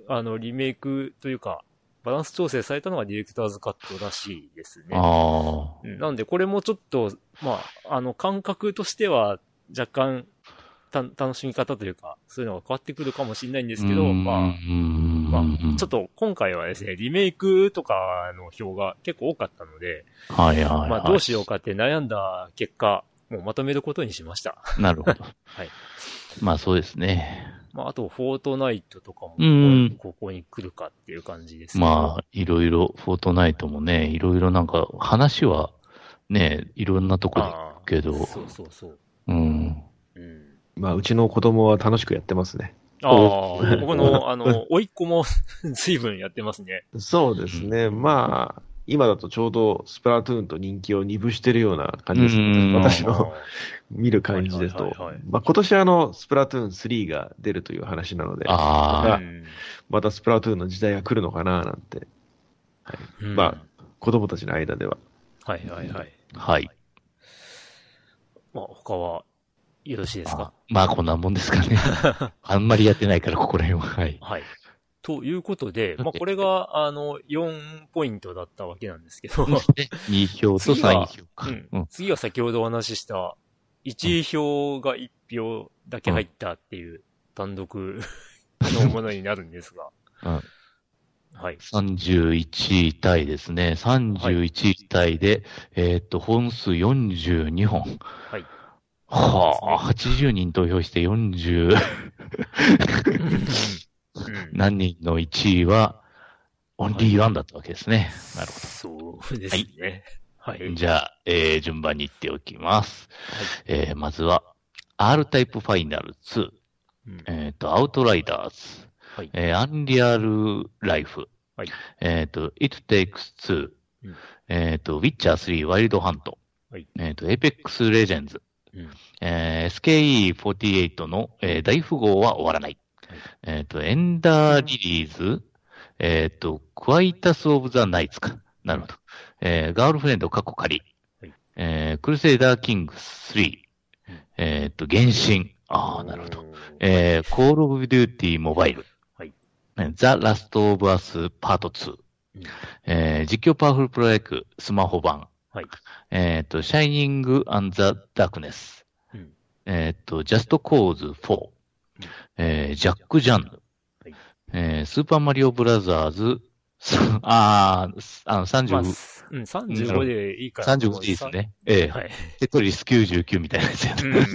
A: あの、リメイクというか、バランス調整されたのがディレクターズカットらしいですね。
D: ああ。
A: うんなんで、これもちょっと、まあ、あの、感覚としては、若干、た、楽しみ方というか、そういうのが変わってくるかもしれないんですけど、まあ、ま
D: ま
A: あ、ちょっと今回はですね、リメイクとかの票が結構多かったので、
D: と。はいはいはい。
A: まあ、どうしようかって悩んだ結果、もうまとめることにしました。
D: なるほど。
A: はい。
D: まあそうですね。
A: まあ、あと、フォートナイトとかも
D: うん、
A: ここに来るかっていう感じですけど
D: まあ、いろいろ、フォートナイトもね、いろいろなんか、話は、ね、いろんなとこで
A: あー
D: けど
A: そうそうそう。
D: うん。
A: うん。
B: まあ、うちの子供は楽しくやってますね。
A: ああ、僕の、あの、 甥っ子も 随分やってますね。
B: そうですね、まあ、今だとちょうどスプラトゥーンと人気を二分してるような感じです
D: う
B: ね、
D: ん
B: 私
A: あ
B: の見る感じです
A: はい
B: と
A: はいはいはい、
B: まあ今年あのスプラトゥーン3が出るという話なので、
A: ー
D: ああ、
B: またスプラトゥーンの時代が来るのかななんて、
A: うん
B: ま子供たちの間では。
A: あ、はいはいはい。
D: はい。
A: まあ、他は、よろしいです
D: まあ
A: か、
D: まあこんなもんですか ね。あんまりやってないから、ここら辺は。はい。
A: はい。ということで、まあ、これが、あの、4ポイントだったわけなんですけど、
D: で、2票と
A: 次は
D: 3票か。
A: う
D: うんん、
A: 次は先ほどお話しした、1位票が1票だけ入ったっていう単独のものになるんですが、
D: うん
A: はい。
D: 31位タイですね。31位タイで、えーっと、本数42本。
A: はい。
D: はあ、80人投票して40
A: うん
D: 何人の1位は、オンリーワンだったわけですね。なるほ
A: そうですね。はい。
D: ど。じゃあ、えー順番に言っておきます。えーまずは、R タイプファイナル2、
A: うん
D: えーっと、アウトライダーズ、
A: はい。
D: えーアンリアルライフ、
A: はい
D: えっ、と、It Takes Two、
A: うん
D: えっ、と、Witcher 3ワイルドハント、
A: はい
D: えっ、と、Apex Legends、
A: うん
D: えー SKE48 の、えー大富豪は終わらない、
A: はい
D: えっ、と、エンダーリリーズ、えっ、と、クワイタス・オブ・ザ・ナイツか。なるほど。えーガールフレンド、過去仮、
A: はい
D: えークルセイダー・キングス3
A: うん、
D: えっ、と、原神、ああ、なるほど。
A: ど。
D: えー、Call of Duty Mobile。
A: はい
D: えー。ザ・ラスト・オブ・アス・パート2。
A: うん
D: えー、実況パワフルプロ野球スマホ版。
A: はい。
D: えっ、と、シャイニング・アン・ザ・ダークネス。
A: うん
D: えっ、と、ジャスト・コーズ4。えー、ジャック・ジャンヌ。
A: はい
D: えー、スーパーマリオブラザー ズ、すあーすあの、35、
A: まあ、すうん、35でいいから。
D: 35でいいですね。ええ
A: はい。
D: テトリス99みたいなやつやね
A: うん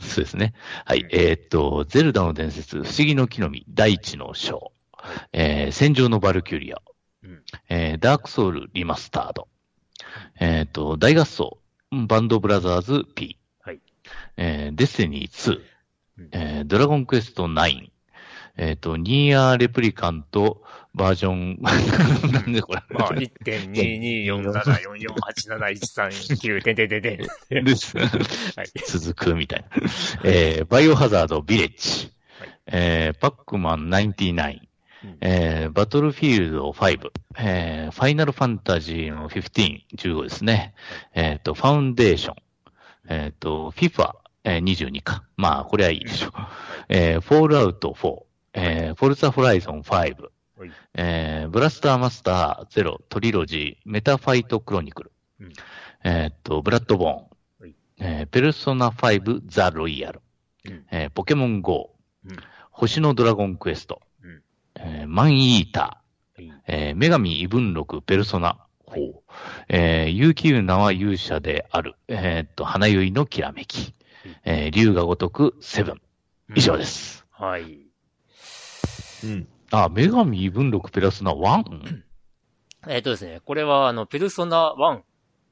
D: そうですね。はい。
A: うん
D: えーっと、ゼルダの伝説、不思議の木の実、大地の章、えー戦場のバルキュリア、
A: うん
D: えーダークソウルリマスタード、えーっと、大合奏、うんバンドブラザーズ P、
A: はい
D: えーデスティニー2、
A: うん
D: えードラゴンクエスト9、えーっと、ニーアーレプリカントバージョン、 なんでこれ。
A: まあ、1.2247448713てんてんてんてん。
D: です
A: はい。
D: 続くみたいな。えーバイオハザード、ビレッジ、
A: はい
D: えーパックマン99、
A: うん
D: えーバトルフィールド5、えーファイナルファンタジーの15、15ですね。えっ、と、ファウンデーション、えっ、と、FIFA、えー22か。まあ、これはいいでしょう。えーフォールアウト4、えーフォルツァホライゾン5、
A: はい
D: えーブラスターマスターゼロトリロジー、メタファイトクロニクル、
A: うん
D: えーっと、ブラッドボーン、
A: はい
D: えーペルソナ5ザ・ロイヤル、
A: うん
D: えーポケモン GO、
A: うん
D: 星のドラゴンクエスト、
A: うん
D: えーマンイータ
A: はい
D: ー、えー女神異文録ペルソナ4、えー、悠久名は勇者である、えーっと、花結いのきらめき、えー竜が如くセブン、以上です。
A: はい。
B: うん。
D: あ、女神異文録ペルソナ 1?
A: えっ、とですね、これはあの、ペルソナ1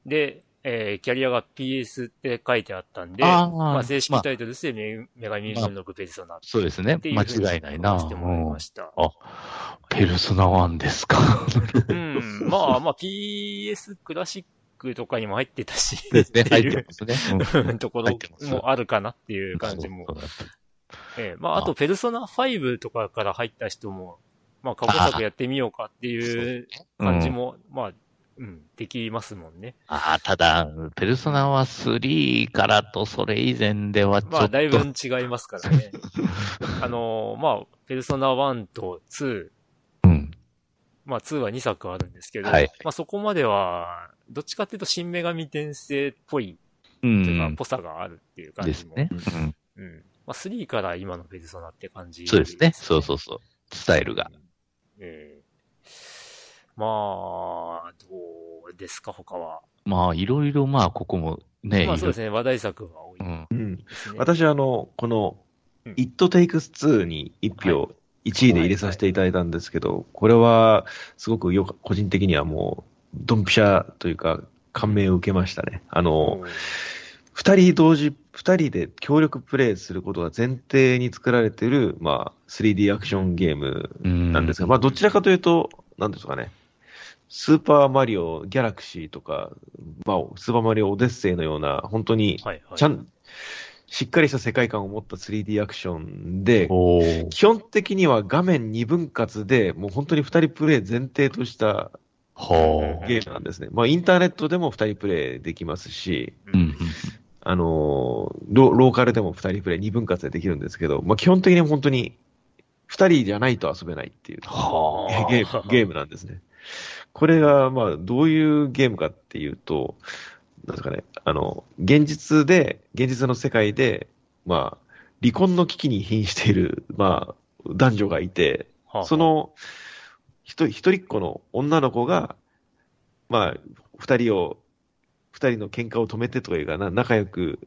A: で、えー、キャリアが PS って書いてあったんで、
D: あー
A: まあ正式
D: まあ
A: タイトルとしてメ、メガミュージのペルソナっ
D: そうですね。
A: ていう
D: 間
A: ふうに
D: 違いないな。
A: してもらいました。
D: あ、ペルソナ1で すか。
A: うん、まあまあ PS クラシックとかにも入ってたし、
D: ですね。
A: って
D: 入
A: い
D: っ
A: う
D: てますね。うん
A: うん ところ
D: 入ってます
A: もあるかなっていう感じも。
D: そうそう
A: ええまあ、あと、ペルソナ5とかから入った人も、まあ、過去作やってみようかっていう感じも、まあ、うん、できますもんね。
D: ああ、ただ、ペルソナは3からとそれ以前ではちょっと。
A: まあ、だいぶ違いますから ね。あのーまあ、ペルソナ1と2、
D: うん。
A: まあ、2は2作あるんですけど、
D: はい
A: まあ、そこまでは、どっちかっていうと、新女神転生っぽい、
D: う
A: というか、
D: ん。
A: ぽさがあるっていう感
D: です
A: じも。
D: ね。うん
A: うん。まあ、3から今のペルソナって感じ、
D: そうですね。そうそうそう。スタイルが。
A: ええまあ、どうですか、他は。
D: まあ、いろいろ、まあ、ここもね、
A: まあそうで
D: い
A: すね、話題作が多い
D: ろいろうん。
B: うん。
A: ですね。
B: 私はあの、この
A: うん、
B: It Takes Two に一票、1位で入れさせていただいたんですけど、これは、すごくよか、個人的にはもう、ドンピシャというか、感銘を受けましたね。あの、二人同時、二人で協力プレイすることが前提に作られている、まあ、3D アクションゲーム
D: うん
B: なんですが、まあ、どちらかというと、なんですかね、スーパーマリオギャラクシーとか、まあ、スーパーマリオオデッセイのような、本当に、
A: はいはい。
B: ちゃん、しっかりした世界観を持った 3D アクションで、
D: おー
B: 基本的には画面2分割で、もう本当に2人プレイ前提とした
D: はあ。
B: ゲームなんですね。まあ、インターネットでも2人プレイできますし、
D: う
A: うん
D: うんん。
B: あのーロ、ローカルでも2人プレイ2分割でできるんですけど、まあ、基本的に本当に2人じゃないと遊べないっていう
D: はあ。
B: ゲームゲームなんですね。これが、まあ、どういうゲームかっていうと、なんですかね、あの、現実で、現実の世界で、まあ、離 婚の危機に瀕している、まあ、男女がいて、
A: はあ
B: そ、の、一人一人っ子の女の子が、まあ、二人を、二人の喧嘩を止めてというかな、仲 良く、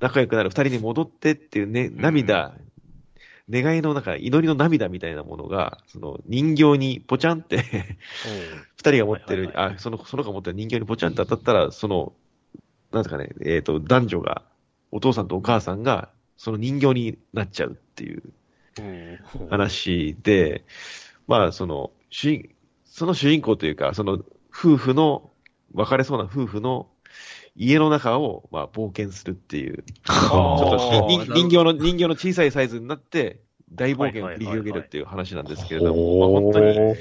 B: 仲良くなる二人に戻ってっていうね、涙、願いの中、祈りの涙みたいなものが、その人形にポチャンって 二人が持ってる、
A: はいはい
B: あ、その、その子が持ってる人形にポチャンって当たったら、その、なんですかね、えっ、と、男女が、お父さんとお母さんが、その人形になっちゃうっていう
A: うん
B: 話で、まあ、その、主人、その主人公というか、その、夫婦の、別れそうな夫婦の、家の中を、まあ、冒険するっていう、ち
A: あー
B: ょっと
A: なるほ
B: 人
A: ど
B: 人形の、人形の小さいサイズになって、大冒険を繰り広げるっていう話なんですけれども、まあ本当に、
A: え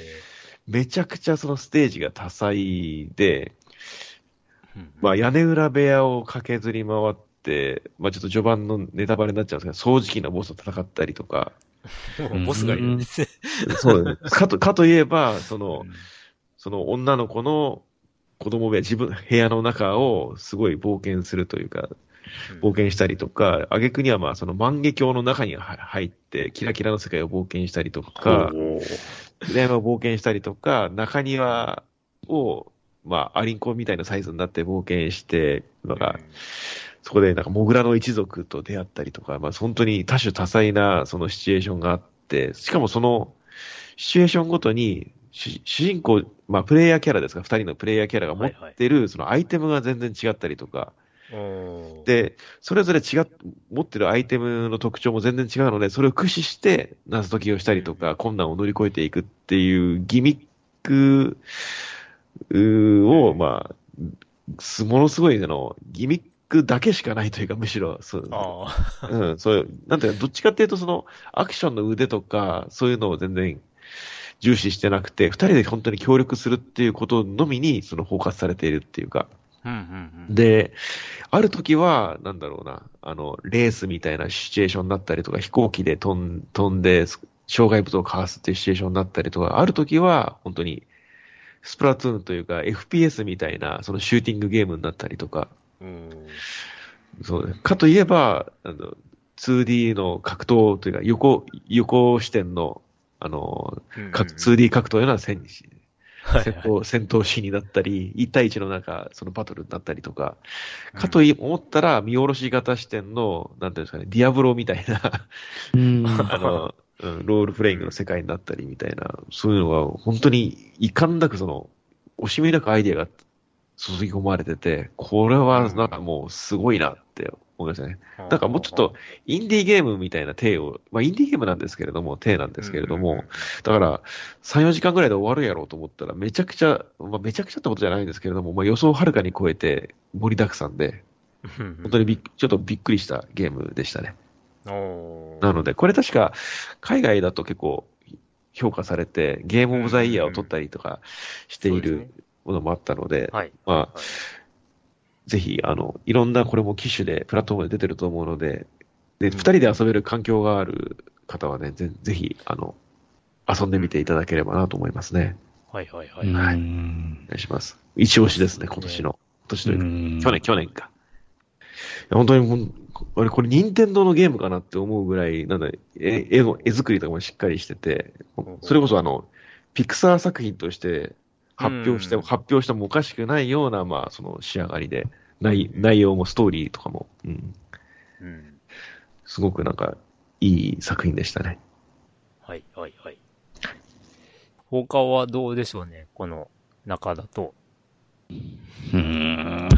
B: めちゃくちゃそのステージが多彩で、
A: ー
B: まあ、屋根裏部屋を駆けずり回って、まあ、ちょっと序盤のネタバレになっちゃうんですけど、掃除機のボスと戦ったりとか、
A: もうボスがいるんですね。
B: そうですね。かと、かといえば、その、
A: うん
B: その女の子の子供部屋、自分、部屋の中をすごい冒険するというか、冒険したりとか、挙句にはまあその万華鏡の中には入って、キラキラの世界を冒険したりとか、裏山を冒険したりとか、中庭を、まあ、アリンコみたいなサイズになって冒険して、なんか、そこでなんか、モグラの一族と出会ったりとか、まあ、本当に多種多彩な、そのシチュエーションがあって、しかもその、シチュエーションごとに、主主人公、まあ、プレイヤーキャラですか、二人のプレイヤーキャラが持
A: はいはい
B: ってる、そのアイテムが全然違ったりとか、
A: うん、
B: で、それぞれ違っ、持ってるアイテムの特徴も全然違うので、それを駆使して謎解きをしたりとか、困難を乗り越えていくっていうギミックうーを、まあ、すものすごい、あの、ギミックだけしかないというか、むしろ、そう、
A: あ
B: うん、そういう、なんていうか、どっちかっていうと、その、アクションの腕とか、そういうのを全然重視してなくて、二人で本当に協力するっていうことのみに、その、包括されているっていうか、
A: あ。うん
B: で、ある時は、なんだろうな、あの、レースみたいなシチュエーションになったりとか、飛行機で飛ん飛んで、す障害物をかわすっていうシチュエーションになったりとか、ある時は、本当に、スプラトゥーンというか、FPS みたいな、そのシューティングゲームになったりとか、
A: うんうん。
B: そうねかといえば、あの、2D の格闘というか、横、横視点の、あの、
A: うん
B: 格 2D 格闘のような戦士
A: はい
B: 戦
A: はい
B: 闘、戦闘シーンになったり、1対1の中、そのバトルになったりとか、
A: うん
B: かとい思ったら、見下ろし型視点の、なんていうんですかね、ディアブロみたいな、 あの、うんロールプレイングの世界になったりみたいな、そういうのが、本当に遺憾なくその、惜しみなくアイデアが注ぎ込まれてて、これはなんかもうすごいなって思いましたね。なんかもうちょっと、インディーゲームみたいな体を、まあインディーゲームなんですけれども、体なんですけれども、だから、3、4時間ぐらいで終わるやろうと思ったら、めちゃくちゃ、まあ、めちゃくちゃってことじゃないんですけれども、まあ、予想をはるかに超えて盛りだくさんで、
A: うん、
B: 本当にびっちょっとびっくりしたゲームでしたね。
A: に。おー
B: なので、これ確か、海外だと結構評価されて、ゲームオブザイヤーを取ったりとかしてい
A: そうです
B: るものもあったので、
A: はい。
B: まあ
A: はい、
B: ぜひ、あの、いろんなこれも機種で、プラットフォームで出てると思うので、で、
A: うん
B: 二人で遊べる環境がある方はね、ぜぜひ、あの、遊んでみていただければなと思いますね。
A: はいはいは
D: う
A: い。
B: はい
D: ん
B: お願いします。一押しですね、今年の。今年というか、去年、去年か。いや本当にほん、あれ、これ、任天堂のゲームかなって思うぐらい、なんだ、え絵の、絵作りとかもしっかりしてて
A: ん、
B: それこそ、あの、ピクサー作品として発表して
A: うん
B: も、発表してもおかしくないような、まあ、その仕上がりで、内内容もストーリーとかも、うん、
A: うん。
B: すごくなんか、いい作品でしたね。
A: はいはいはい。他はどうでしょうね、この中だと。
D: うん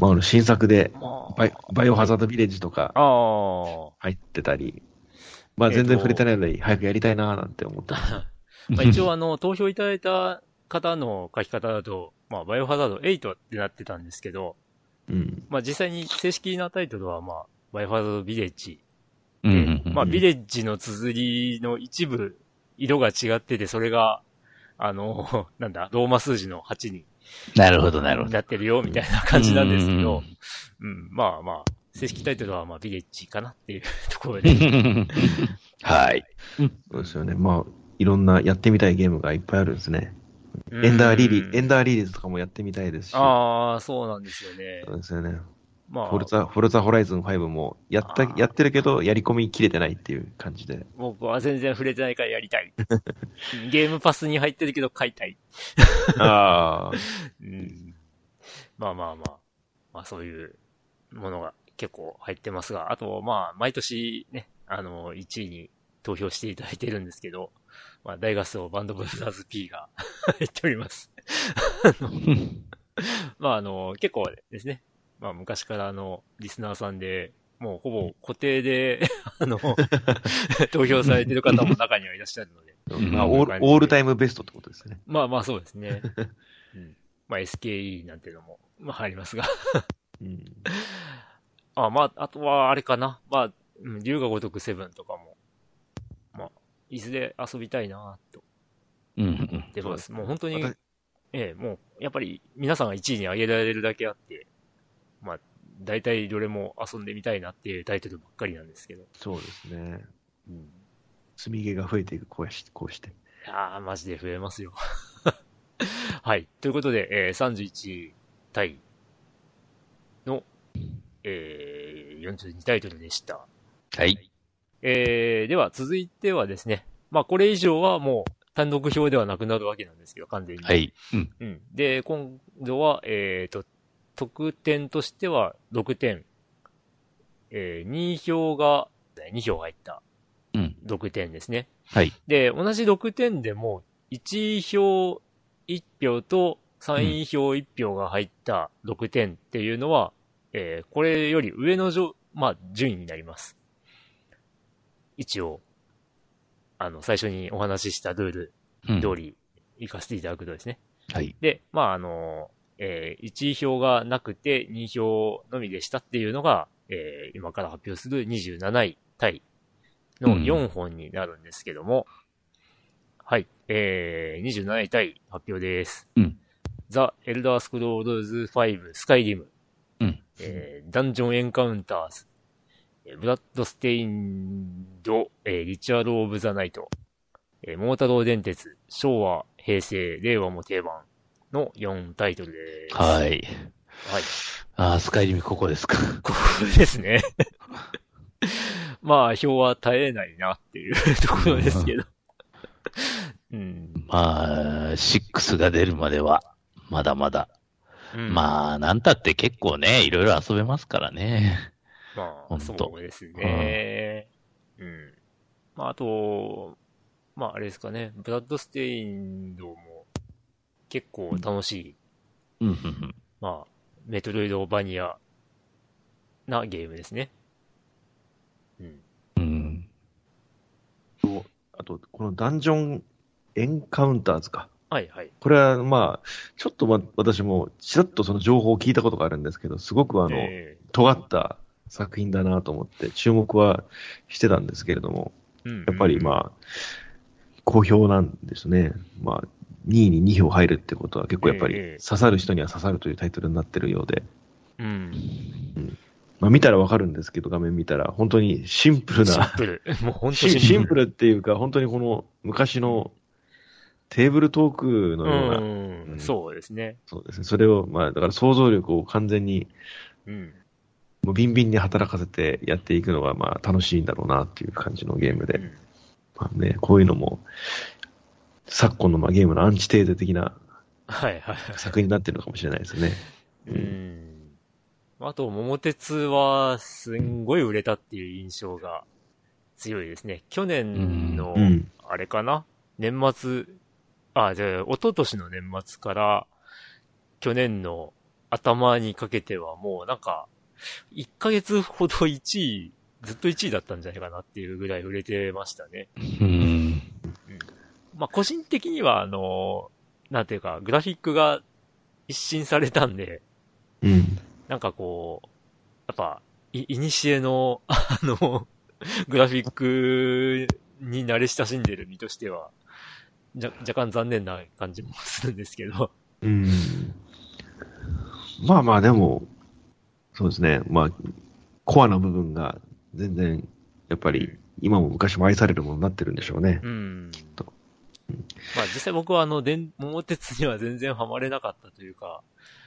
B: まあ、あの、新作で、
A: ま
B: バイバイオハザードビレッジとか、
A: ああ。
B: 入ってたり、まあ全然触れてないのに早くやりたいなーなんて思ってます。
A: まあ、一応あ の、投票いただいた方の書き方だと、まあ、バイオハザード8ってなってたんですけど、
B: うん。
A: まあ、実際に正式なタイトルは、まあ、バイオハザードビレッジ。
D: う
A: で
D: ん
A: まあ、ビレッジの綴りの一部、色が違ってて、それが、あの、 なんだ、ローマ数字の8に
D: なるほど、なるほど。
A: なってるよ、みたいな感じなんですけど、うん、まあまあ、正式タイトルは、まあ、ビレッジかなっていうところで。
D: はい。
B: そうですよね。まあ、いろんなやってみたいゲームがいっぱいあるんですね。
A: うん
B: エンダーリリー、エンダーリリースとかもやってみたいですし。
A: ああ、そうなんですよね。
B: そうですよね。
A: まあ、
B: フォルツァ、フォルツァホライズン5も、やった
A: あ、ー
B: やってるけど、やり込み切れてないっていう感じで。
A: 僕は全然触れてないからやりたい。 ゲームパスに入ってるけど買いたい。
B: ああ。
A: うん。まあまあまあ。まあそういうものが結構入ってますが、あとまあ毎年ね、あの、1位に投票していただいてるんですけど、まあ大合奏バンドブラザーズ P が 入っております。 まああの、結構ですね、まあ昔からあの、リスナーさんで、もうほぼ固定で、 あの、投票されてる方も中にはいらっしゃるので。
D: ん
B: まあ、オールオールタイムベストってことですね。
A: まあまあそうです ね。うん、まあ SKE なんていうのも、まあありますが。
B: うん。
A: あ、まあ、あとはあれかな。まあ、うん龍が如くセブンとかも、まあ、いずれ遊びたいなと
D: うんうん
A: 思ってます。もう本当に、
B: 私
A: ええ、もう、やっぱり皆さんが1位に挙げられるだけあって、まあ、大体どれも遊んでみたいなっていうタイトルばっかりなんですけど。
B: そうですね。
A: うん
B: 積み毛が増えていく、こうして、こうして。
A: いやー、マジで増えますよ。 はい。ということで、えー、31対の、えー、42タイトルでした。
D: はい。
A: えー、では続いてはですね、まあこれ以上はもう単独表ではなくなるわけなんですけど、完全に。
D: はい。うん。
A: うん。で、今度は、えー、と、得点としては6点。えー、2票が、2票入った
D: うん。
A: 6点ですね。
D: はい。
A: で、同じ6点でも、1票1票と3位票1票が入った6点っていうのは、えーこれより上の上、まあ、順位になります。一応、あの、最初にお話ししたルール
D: うん
A: 通り、行かせていただくとですね。
D: はい。
A: で、まあ、あの、えー1票がなくて2票のみでしたっていうのが、えー今から発表する27位タイの4本になるんですけども、はい、えー、27位タイ発表です。
D: うん
A: ザ・エルダースクロールズ5スカイリム、
D: うん
A: えーダンジョンエンカウンターズ、えーブラッドステインド、えーリチュアル・オブ・ザ・ナイト、えー、桃太郎電鉄、昭和、平成、令和も定番の4タイトルです。
D: は
A: はい。
D: い。ああ、スカイリミここですか。
A: これですね。 まあ、票は耐えないなっていうところですけど。うん。
D: まあ、6が出るまでは、まだまだ。
A: うん
D: まあ、なんたって結構ね、いろいろ遊べますからね。
A: ま
D: ほ
A: あ、
D: ん
A: そ
D: と
A: うですね。うん。まあ、あと、まあ、あれですかね。ブラッドステインドも結構楽しい、
D: うんうんうん。
A: まあ、メトロイドバニアなゲームですね。うん。
D: うん。
B: あと、このダンジョンエンカウンターズか。
A: はいはい。
B: これは、まあ、ちょっと、ま、私も、ちらっとその情報を聞いたことがあるんですけど、すごくあの、
A: え
B: 尖った作品だなと思って、注目はしてたんですけれども、
A: えうん
B: やっぱりまあ、好評なんですね。まあ、2位に2票入るってことは結構やっぱり
A: ええええ
B: 刺さる人には刺さるというタイトルになってるようで、
A: うん。
B: まあ見たらわかるんですけど、画面見たら本当にシンプル
A: シン
B: な、
A: プ ル。もう本当
B: シンシンプ
A: ル
B: ルっていうか本当にこの昔のテーブルトークのような、
A: うん。そうですね。
B: そうですね。それを、まあだから想像力を完全に
A: うん。
B: もうビンビンに働かせてやっていくのがまあ楽しいんだろうなっていう感じのゲームで、
A: うん
B: まあね、こういうのも、昨今のまあゲームのアンチテーゼ的な
A: はいはい。
B: 作品になってるのかもしれないですね。
A: う
B: うん
A: ん。あと、桃鉄は、すんごい売れたっていう印象が強いですね。去年の
B: う、ん。
A: あれかな年末、あ、じゃあ、一昨年の年末から、去年の頭にかけてはもうなんか、1ヶ月ほど1位、ずっと1位だったんじゃないかなっていうぐらい売れてましたね。
D: うん。
A: まあ、個人的には、あの、なんていうか、グラフィックが一新されたんで、
B: うん。
A: なんかこう、やっぱ、い、いにしえの、 あの、グラフィックに慣れ親しんでる身としては、じゃ、若干残念な感じもするんですけど。
B: うん。まあまあでも、そうですね。まあ、コアな部分が全然、やっぱり今も昔も愛されるものになってるんでしょうね。
A: うん。
B: と
A: まあ実際僕はあの、電、桃鉄には全然ハマれなかったというか、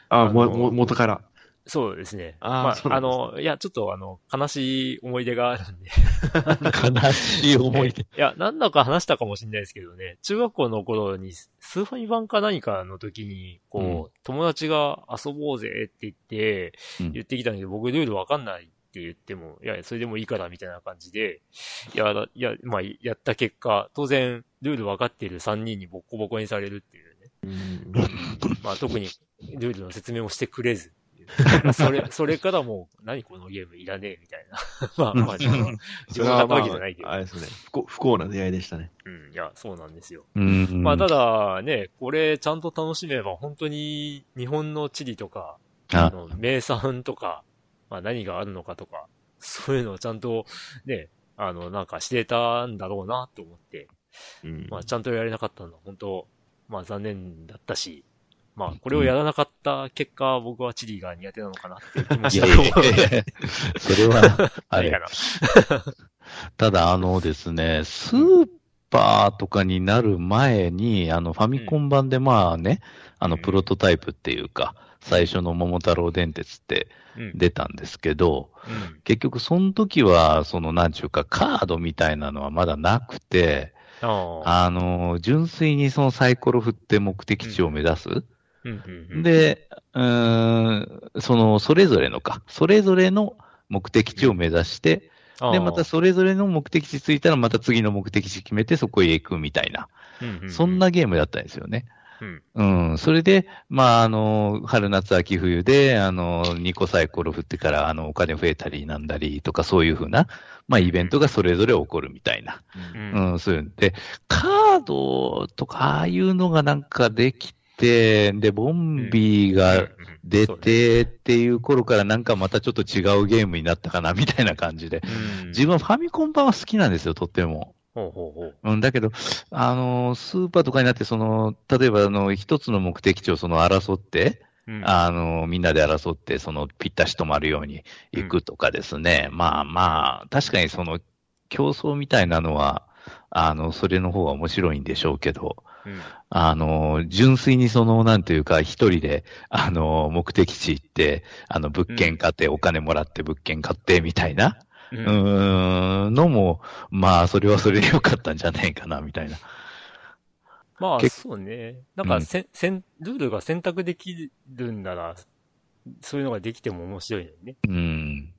B: あ
A: あ
B: あ、
A: の
B: も、も、元から。
A: そうですね。
B: あー
A: ま
B: そう
A: あ、
B: な
A: あ
B: んです
A: の、いや、ちょっとあの、悲しい思い出があるんで。
D: 悲しい思い出。
A: いや、何度か話したかもしれないですけどね、中学校の頃に、スーファミ版か何かの時に、こう、
D: うん
A: 友達が遊ぼうぜって言って、
D: うん
A: 言ってきたんだけど、僕ルールわかんないって言っても、いや、それでもいいからみたいな感じで、いや、だいや、まあ、やった結果、当然、ルールわかっている3人にボッコボコにされるっていうね。
B: うん
A: まあ、特に、ルールの説明もしてくれず。それ、それからもう、何このゲームいらねえみたいな。 まあ、ま あ、自分が買ったわけじゃないけど
B: あ。れですね不幸。不幸な出会いでしたね。
A: うん、いや、そうなんですよ。
D: うん
A: まあ、ただね、これちゃんと楽しめば本当に日本の地理とか、あ
D: あ
A: の、名産とか、まあ何があるのかとか、そういうのをちゃんとね、あの、なんか知れたんだろうなと思って、
B: うん
A: まあちゃんとやれなかったのは本当、まあ残念だったし、まあこれをやらなかった結果、僕は地理が苦手なのかなっていう気も
D: い
A: し
D: や
A: た
D: い
A: け
D: や
A: ど
D: いやいやそ れは、あ
A: ない
D: れ
A: か。な。
D: ただ、あのですね、スーパーとかになる前に、あの、ファミコン版でまあね、あの、
A: うん
D: プロトタイプっていうか、最初の桃太郎電鉄って
A: うん。
D: 出たんですけど、
A: うん
D: 結局その時は、その、なんちゅうか、カードみたいなのはまだなくて、
A: ああ。
D: あの、純粋にそのサイコロ振って目的地を目指す。
A: うんうんうん、
D: で、うーん、その、それぞれのか、それぞれの目的地を目指して、
A: ああ
D: で、また、それぞれの目的地着いたら、また次の目的地決めて、そこへ行くみたいな、
A: うんうう
D: そん、なゲームだったんですよね。
A: うん
D: うん、それで、まあ、あの、春夏秋冬で、あの、2個サイコロ振ってから、あの、お金増えたりなんだりとか、そういうふうな、まあ、イベントがそれぞれ起こるみたいな、
A: う
D: うんん、そういうんで、カードとか、ああいうのがなんかできて、で、ボンビーが出
A: そうね
D: てっていう頃から、なんかまたちょっと違うゲームになったかな、みたいな感じで、
A: うん
D: 自分はファミコン版は好きなんですよ、とっても。
A: ほうほうほう。
D: うん、だけど、あのースーパーとかになって、その、例えば、あの、一つの目的地をその争って、
A: うん
D: あのーみんなで争って、その、ぴったし止まるように行くとかですね。まあまあ、確かにその、競争みたいなのは、あの、それの方が面白いんでしょうけど、
A: うん
D: あの、純粋にその、なんていうか、一人で、あの、目的地行って、あの、物件買って、お金もらって物件買って、みたいな、
A: う
D: うんーん、のも、まあ、それはそれで良かったんじゃないかな、みたいな。
A: まあ、
D: 結
A: そうね。なんか
D: うん
A: せ、ん、せん、ルールが選択できるんなら、そういうのができても面白いのにね。
D: うん。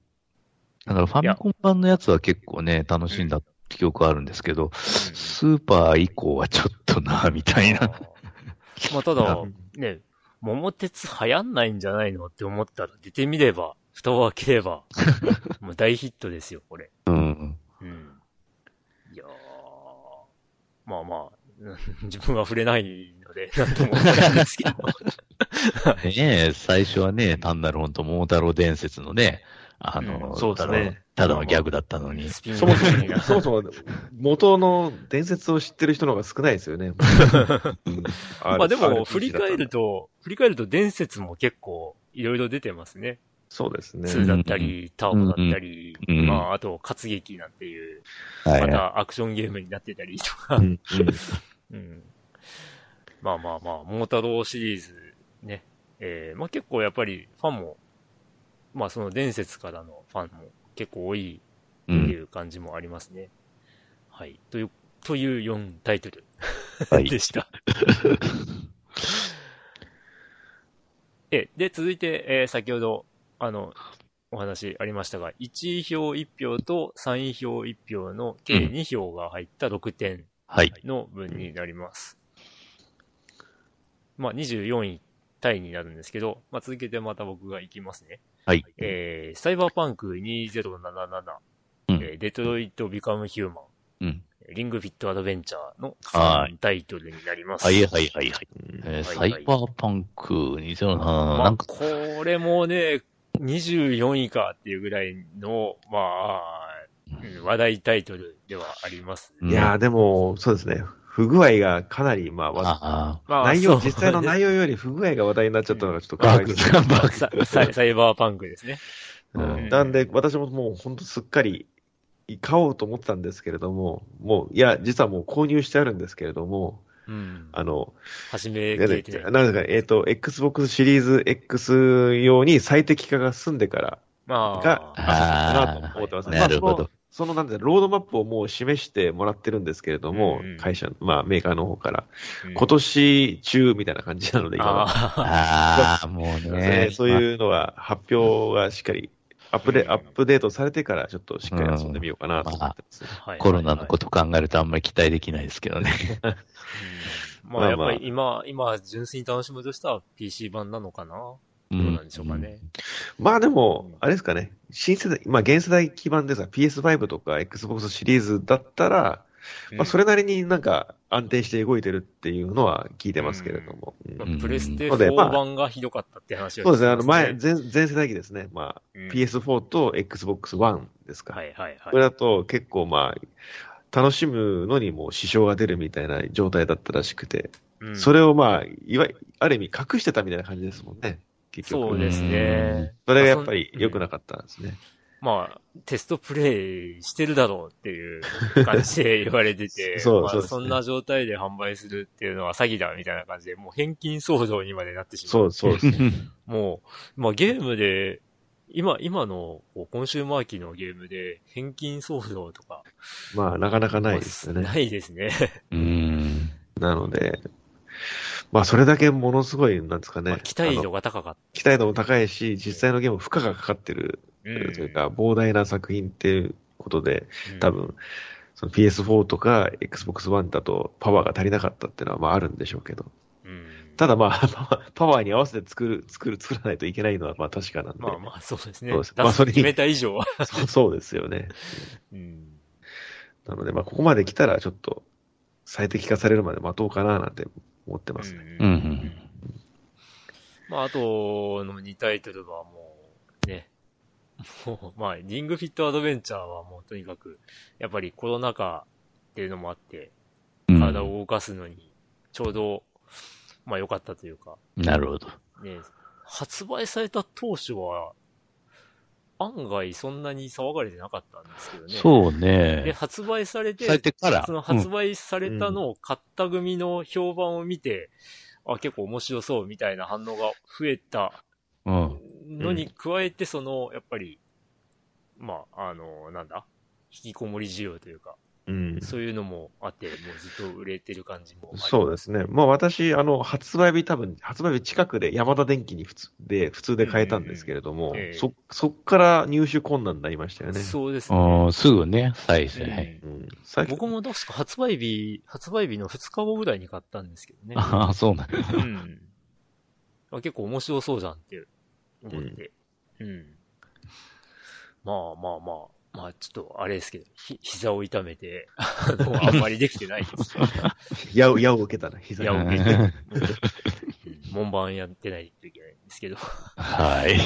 D: だから、ファミコン版のやつは結構ね、楽しんだ記憶あるんですけど、スーパー以降はちょっとな、みたい
A: あ
D: な。
A: ーまあ、ただ
B: う、ん
A: ね、桃鉄流行んないんじゃないのって思ったら、出てみれば、蓋を開ければ、もう大ヒットですよ、これ。
D: うん。
A: うん。いやーまあまあ、自分は触れないので、なんとも思えないんですけど。
D: ねえ、最初はね、単なる本当、桃太郎伝説のね、あの、
A: うん
B: そうだね
D: ただのギャグだったのに。
A: スピンオ
B: そも
A: フ
B: そ
A: 的
B: も、
A: な。
B: そもそも元の伝説を知ってる人の方が少ないですよ ね。
A: まあでも、振り返る。と、振り返ると伝説も結構いろいろ出てますね。
B: そうですね。
A: 2だったり、タオだったり、
D: うん
A: まああと、活劇なんていう、
D: は
A: またアクションゲームになってたりとか、
B: うん
A: うんまあまあまあ、桃太郎シリーズね、えーまあ結構やっぱりファンも、まあその伝説からのファンも結構多い
D: い。う
A: って
D: ん
A: いう感じもありますね。はい。という、という4タイトル
D: はい
A: で した。え、で、続いて、えー先ほど、あの、お話ありましたが、1位票1票と3位票1票の計
D: うん
A: 2票が入った6点
D: はい。
A: の分になります。まあ、24位タイになるんですけど、まあ、続けてまた僕が行きますね。
D: はい。
A: えーサイバーパンク2077、
D: うん
A: えーデトロイト・ビカム・ヒューマ
D: うん。
A: ン、リングフィット・アドベンチャーの
D: は
A: 3タイトルになります。
D: はいはいはいはい。
B: うん
D: えー
A: は
D: サ
A: い
D: イバーパンク2077、
A: ま
D: な
A: あ、
D: んか、
A: これもね、24位かっていうぐらいの、まあ、うん話題タイトルではあります。
D: うん
B: いやーでも、そうですね。不具合がかなり、まあわ、
D: あ
A: まあ、
B: 内容、
A: そう
B: 実際の内容より不具合が話題になっちゃったのがちょっと
D: あ、
B: か
D: バ
B: わい
D: グ
B: そう
D: だ、バ グ
A: サササイバーパンクですね。
D: う
A: うん
D: ん。
B: なんで、私ももう本当すっかり買おうと思ってたんですけれども、もう、いや、実はもう購入してあるんですけれども、
A: うん。
B: あの、
A: 始め
B: なん
A: き
B: だっ
A: れ
B: け
A: てない。
B: なんですかね、えっ、と、Xbox シリーズ X 用に最適化が済んでから
A: ま
B: が、
A: あ、
B: あそうかなと思ってますね。
D: なるほ
B: まあ
D: ど。
B: その、そのなんていうのロードマップをもう示してもらってるんですけれども、
A: うん
B: 会社、まあメーカーの方から、
A: うん
B: 今年中みたいな感じなので、今は。
A: あ
D: ああ、もう
B: え
D: ね
B: ー。そういうのは発表がしっかりアップデ、アップデートされてからちょっとしっかり遊んでみようかなと思ってますね。
A: あ、はい。
D: コロナのことと考えるとあんまり期待できないですけどね。
A: うんまあ、やっぱり今、今、純粋に楽しむとしたら PC 版なのかなど
D: う
A: うなんでしょうかね。
B: まあでも、あれですかね、新世代、まあ現世代基盤ですが PS5 とか Xbox シリーズだったら、まあそ
A: れ、
B: れなりになんか安定して動いてるっていうのは聞いてますけれども。うん
A: ま
D: ん
A: あプレステ
B: のでまあ
A: 4版がひどかったって話は
B: そうですね、あの前、
A: 聞き
B: 前前世代機ですね。まあ
A: ますね、
B: PS4 と Xbox One です
A: うん
B: か。
A: はいはい
B: これ
A: は
B: だと結構まあ、楽しむのにも支障が出るみたいな状態だったらしくて、
A: いうん。
B: それをまあ、いわゆるある意味隠してたみたいな感じですもんね、結局。
A: そ
B: そう
A: ですね。
B: れがやっぱり良くなかったんですね。
A: まあ、テストプレイしてるだろうっていう感じで言われてて、
B: そう
A: まあ
B: そうですね
A: そんな状態で販売するっていうのは詐欺だみたいな感じで、もう返金騒動にまでなってしまう。
B: そうそうです ね。
A: もう、まあゲームで、今、今のこうコンシューマー機のゲームで返金騒動とか、
B: まあ、なかなかないですよね。
A: ないですね。
D: うん。
B: なので、まあ、それだけものすごい、なんですか ね、
A: まあ期待
B: あ
A: 度
B: の
A: が高かっ
B: 期待度も高いし、実際のゲーム負荷がかかってる
A: た。う
B: と
A: ん
B: いうか、膨大な作品っていうことで、多、分、その PS4 とか Xbox One だとパワーが足りなかったっていうのはまああるんでしょうけど。
A: うん
B: ただまあ、 パワーパワーに合わせて作る、作る、作らないといけないのはまあ確かなんで。
A: まあまあ そうですね。
B: そうです
A: 出
B: まあそ
A: す
B: れに
A: 決めた以上は。
B: そうそうですよね。
A: うん
B: なのでまあここまで来たらちょっと最適化されるまで待とうかななんて思ってますね。
D: うんうん
A: まあ、あとの2タイトルはもう、ね。 もう、まあ、リングフィットアドベンチャーはもうとにかく、やっぱりコロナ禍っていうのもあって、
D: うん
A: 体を動かすのに、ちょうど、まあ良かったというか、
D: なるほど。
A: ね、発売された当初は、案外そんなに騒がれてなかったんですけどね。
D: そう
A: で、
D: ね。
A: 発売されて、
D: されてから
A: その発売されたのを買った組の評判を見て、あ、結構面白そうみたいな反応が増えた
D: うん。
A: のに加えて、その、やっぱり、まあ、あの、なんだ、引きこもり需要というか、
B: うん。
A: そういうのもあって、もうずっと売れてる感じもあります。
B: そうですね。まあ私、あの、発売日多分、発売日近くで山田電機に普通で、普通で買えたんですけれども、
A: うんうんうんええ
B: そ、そっから入手困難になりましたよね。
A: そうですね。
D: あーすぐね、再
A: う
D: 生。
A: ん
B: うん。最近
A: 僕も確か発売日、発売日の2日後ぐらいに買ったんですけ どね。
D: ああ、そうなんだ。
A: うん。あ結構面白そうじゃんって思って。うん。まあまあまあ、まあちょっとあれですけど、ひ、膝を痛めて、 あの、あんまりできてない です。
B: 矢を、矢を受けたな、膝
A: 矢を受
B: に
A: けてうん門番やってないといけないんですけど。は
D: はい。
A: い。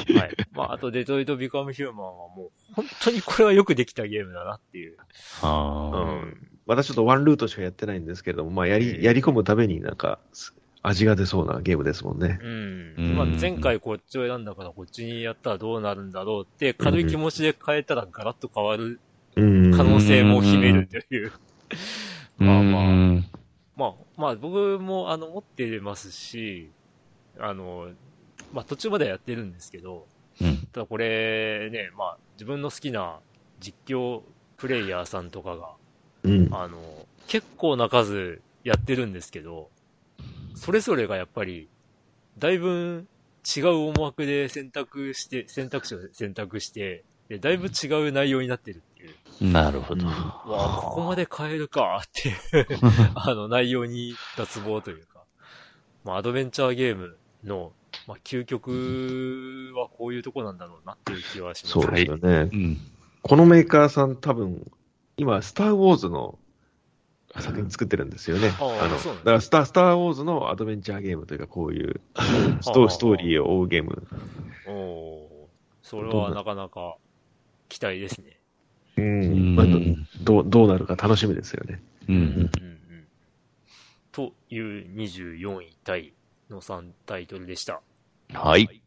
A: まああとデトロイトビカムヒューマンはもう、本当にこれはよくできたゲームだなっていう。
B: う
D: あ
B: ん。私ちょっとワンルートしかやってないんですけれども、まあ、や
A: え
B: り、
A: え
B: やり込むためになんか、す味が出そうなゲームですもんね。
A: うん。
D: うん
A: まあ前回こっちを選んだからこっちにやったらどうなるんだろうって、軽い気持ちで変えたらガラッと変わる
B: うん。
A: 可能性も秘めるという。
D: あ。
A: まあまあ
D: うん
A: まあ、まあ僕もあの持ってますし、あの、まあ途中まではやってるんですけど、
D: うん。
A: ただこれね、まあ自分の好きな実況プレイヤーさんとかが、
B: うん。
A: あの、結構な数やってるんですけど、それぞれがやっぱり、だいぶ違う思惑で選択して、選択肢を選択して、で、だいぶ違う内容になってるっていう。
D: なるほど。
A: わあ、ここまで変えるかっていうあの、内容に脱帽というか、まあ、アドベンチャーゲームの、まあ、究極はこういうとこなんだろうなっていう気はします。
B: そうですよね。
D: うん。
B: このメーカーさん多分、今、スター・ウォーズの作品作ってるんですよね。
A: ああ
B: の、
A: そうなんですね
B: だからスター、スター・ウォーズのアドベンチャーゲームというか、こういうスト
A: ああ
B: ストーリーを追うゲーム。
A: おおーそれはなかなか期待ですね。
B: う。
D: うんん
B: まあ、どう、どうなるか楽しみですよね。
D: う。
A: うんんという24位タイの3タイトルでした。
D: はい。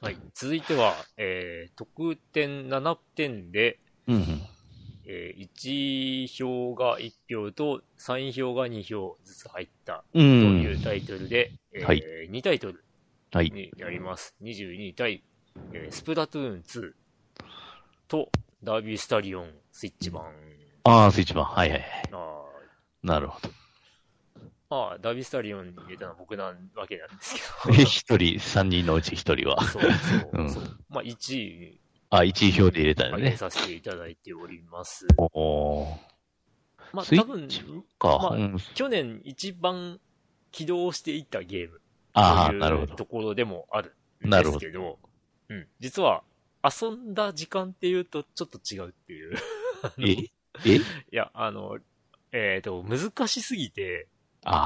A: はい。続いては、えー、得点7点で、
D: うん。
A: えー1票が1票と3票が2票ずつ入った
D: う。
A: というんタイトルで、えー
D: はい
A: 2タイトル
D: はい。
A: になります。22対、えースプラトゥーン2とダービースタリオンスイッチ版。
D: ああ、スイッチ版。はいはいはい。
A: あー
D: なるほど。
A: まあ、ダービースタリオンに入れたのは僕なわけなんですけど。
D: 一人、三人のうち一人は。
A: そうそう
D: うん
A: そう。まあ、1位に
D: あ、一位票で入れたよ
A: 挙げ
D: ね。
A: させていただいております。
D: おー。
A: まあ、
D: スイッ
A: 多分、
D: か。
A: まあ
D: うん
A: 去年一番起動していったゲーム
D: あ
A: と
D: あ、
A: い
D: なるほ
A: う
D: ど。
A: ところでもあるん
D: な
A: で
D: るほ
A: す
D: ど
A: けど、うん、実は遊んだ時間っていうとちょっと違うっていう。
D: ええ
A: いや、あの、えっ、と、難しすぎて、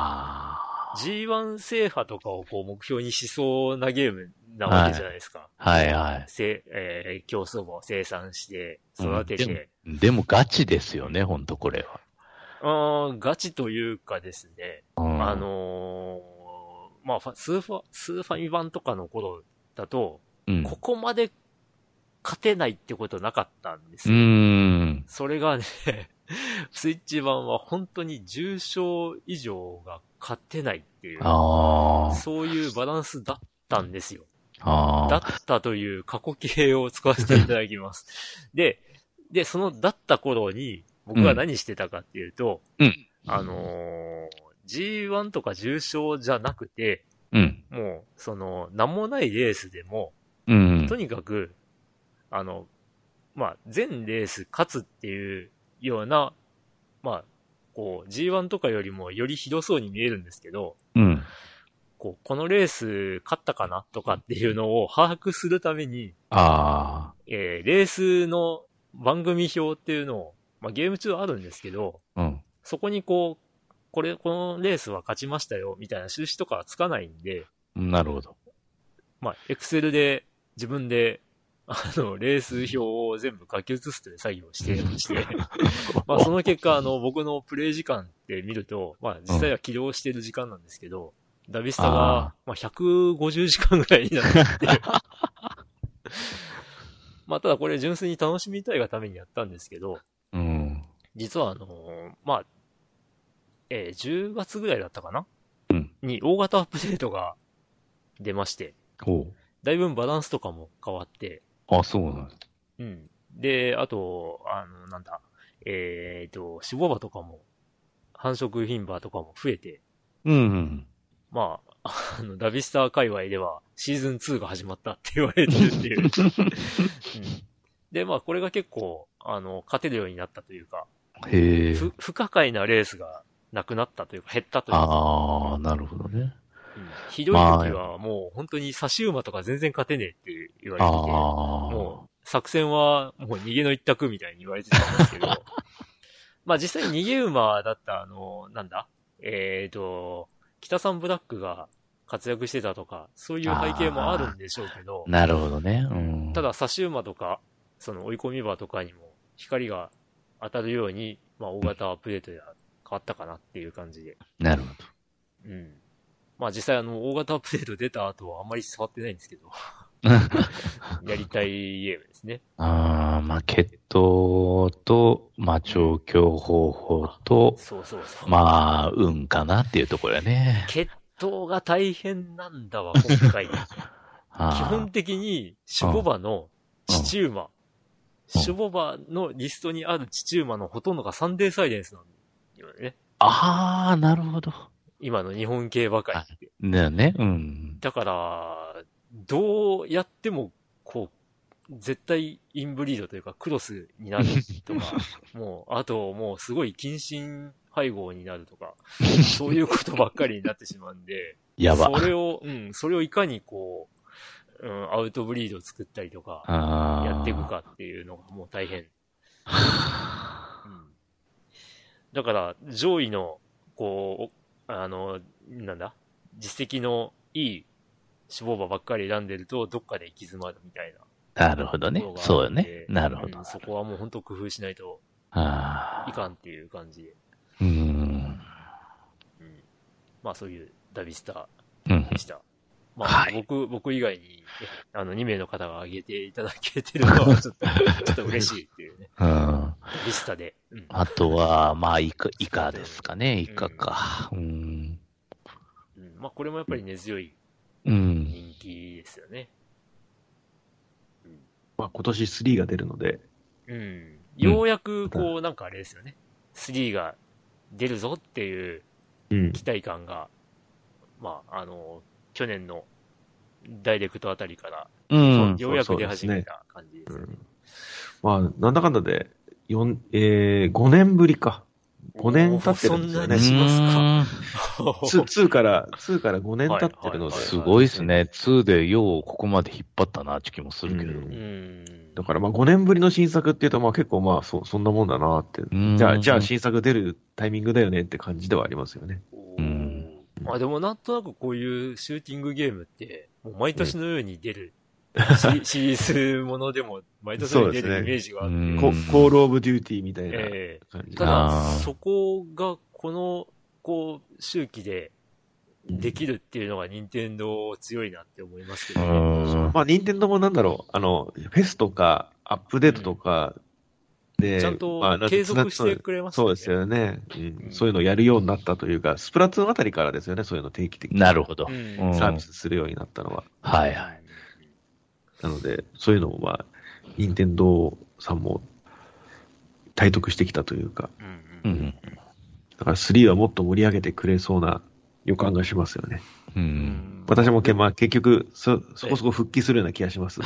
D: あ
A: G1 制覇とかをこう目標にしそうなゲームなわけじゃないですか。
D: あ。はいはい。
A: せえー競争馬を生産して、育てて、
D: でもガチですよね、ほんとこれは。
A: うーん、ガチというかですね、
D: うん
A: あ、のーまあ、ファスーファ、スーファミ版とかの頃だと、
D: うん。
A: こ
D: う
A: こまで勝てないってことなかったんです
D: ー
A: よ。
D: ん。
A: それがね、 スイッチ版は本当に重症以上が勝てないっていう、
D: ああ。
A: そういうバランスだったんですよ。
D: あ
A: だ
D: あ。
A: ったという過去形を使わせていただきます。で、で、その、だった頃に、僕は何してたかっていうと、
D: うん
A: あのー G1 とか重症じゃなくて、
D: うん。
A: もう、その、名もないレースでも、
D: うん
A: と。にかく、あの、まあ、全レース勝つっていうような、まあ、こう、G1 とかよりもよりひどそうに見えるんですけど、
D: うん。
A: こう、このレース勝ったかなとかっていうのを把握するために、
D: あ
A: えーレースの番組表っていうのを、まあ、ゲーム中あるんですけど、
D: あ。うん。
A: そこにこう、これ、このレースは勝ちましたよ、みたいな印とかはつかないんで、
D: なるほど。
A: まあ、エクセルで自分で、あの、レース表を全部書き写すという作業をしていま して、まあ、その結果、あの、僕のプレイ時間って見ると、まあ、実際は起動してる時間なんですけど、ダビスタが
D: あ、
A: まあ、150時間ぐらいになってって いう。まあ、ただこれ純粋に楽しみたいがためにやったんですけど、
D: うん。
A: 実はあのーまあ、えー10月ぐらいだったかな
D: うん
A: に大型アップデートが出まして、
D: ほ
A: だいぶバランスとかも変わって、
D: う。あ、そうなんです。
A: うん。で、あと、あの、なんだ、えっ、と、死亡馬とかも、繁殖牝馬とかも増えて、
D: うんうん。
A: まあ、あの、ラビスター界隈ではシーズン2が始まったって言われてる っていう。うんで、まあ、これが結構、あの、勝てるようになったというか、
D: へえ。
A: ふ、不可解なレースがなくなったというか、減ったというか、
D: ああ、なるほどね。
A: うんひどい時はもう本当に差し馬とか全然勝てねえって言われてて、
D: ああ。
A: もう、作戦は、もう逃げの一択みたいに言われてたんですけど、まあ実際逃げ馬だった、あの、なんだえっ、と、北さんブラックが活躍してたとか、そういう背景もあるんでしょうけど、
D: なるほどね。うん。
A: た、だ差し馬とか、その追い込み馬とかにも光が当たるように、まあ大型アップデートでは変わったかなっていう感じで。
D: なるほど。
A: うん。まあ実際あの、大型アップデート出た後はあんまり触ってないんですけど、やりたいゲームですね。
D: ああ、まあ、血統と、まあ、調教方法と、
A: そうそうそう。
D: まあ、運かなっていうところやね。
A: 決闘が大変なんだわ、今回。基
D: あ
A: 本的に、シュボバの父馬。
D: うん
A: シュボバのリストにある父馬のほとんどがサンデーサイレンスなんだよね。
D: あー、なるほど。
A: 今の日本系ばかりって。
D: だよね。うん。
A: だから、どうやっても、こう、絶対インブリードというかクロスになると か、もう、あともうすごい近親配合になるとか、そういうことばっかりになってしまうんで、
D: やば。
A: それを、うん、それをいかにこう、うん、アウトブリードを作ったりとか、
D: ああ。
A: やっていく。かっていうのがもう大変。うん、だから、上位の、こう、おあの、なんだ、実績のいい脂肪馬ばっかり選んでると、どっかで行き詰まるみたいな
D: なるほど
A: と
D: ね
A: ころ。があって。
D: そうよね。なるほ
A: う
D: ど
A: ん。そこはもう本当工夫しないと
D: あ
A: い
D: あ。
A: かんっていう感じで。
D: うん。
A: うん、まあそういうダビスタ
D: うん
A: でした。まあ、
D: はい
A: 僕、僕以外に、あの、2名の方が挙げていただけてるの は、ちょっと、ちょっと嬉しいっていうね。
D: うん。
A: リスタで。うん。
D: あとは、まあ、イカ、イカですかね。イカか。うん。
A: うんまあ、これもやっぱり根強い
D: うん。
A: 人気ですよね。
B: まあ、今年3が出るので、
A: うん。ようやく、こう、なんかあれですよね。3が出るぞっていう
B: うん
A: 期待感が、まあ、あの、去年のダイレクトあたりから、
D: うん。
A: ようやく出始めた感じです
B: う
A: ね。
B: んまあ、なんだかんだで、四えー、5年ぶりか。5年経ってるんですよ
A: おーそ
B: ね。
A: んなにしますか
D: うん
B: ツーツーから、ツーから5年経ってるので、
A: はいはい
D: すごいですね。2でようここまで引っ張ったなって気もするけれど
B: う
A: う
D: も。
A: ん。
B: だからまあ5年ぶりの新作っていうと、まあ結構まあそ、そんなもんだなって。
D: うん
B: じゃあ、じゃあ新作出るタイミングだよねって感じではありますよね。
A: おー
D: うん
A: まあでもなんとなくこういうシューティングゲームって、もう毎年のように出る、シシリーズものでも毎年のように出
B: そう
A: るイ
B: ですね
A: メージがあって、
D: うん
B: ココールオブデューティーみたいな
A: え
B: 感じ
A: え
B: で
A: ただ
D: あー、
A: そこがこの、こう、周期でできるっていうのが任天堂強いなって思いますけどね。
D: うん
B: まあ、任天堂もなんだろう、あの、フェスとか、アップデートとかで、
A: ちゃんと
B: まあなんて
A: 継続してくれます
B: そうですよね、
A: う
B: うんん。そういうのをやるようになったというか、スプラトゥーンあたりからですよね、そういうの定期的に
D: なるほど。
A: うん
D: うん
B: サービスするようになったのは。
D: はいはい。
B: なので、そういうのもまあ、任天堂さんも体得してきたというか、
A: う
D: うんん。
B: だから3はもっと盛り上げてくれそうな予感がしますよね。
D: う。
A: うんん
B: 私もけ、まあ、結局そ、そこそこ復帰するような気がします。
A: で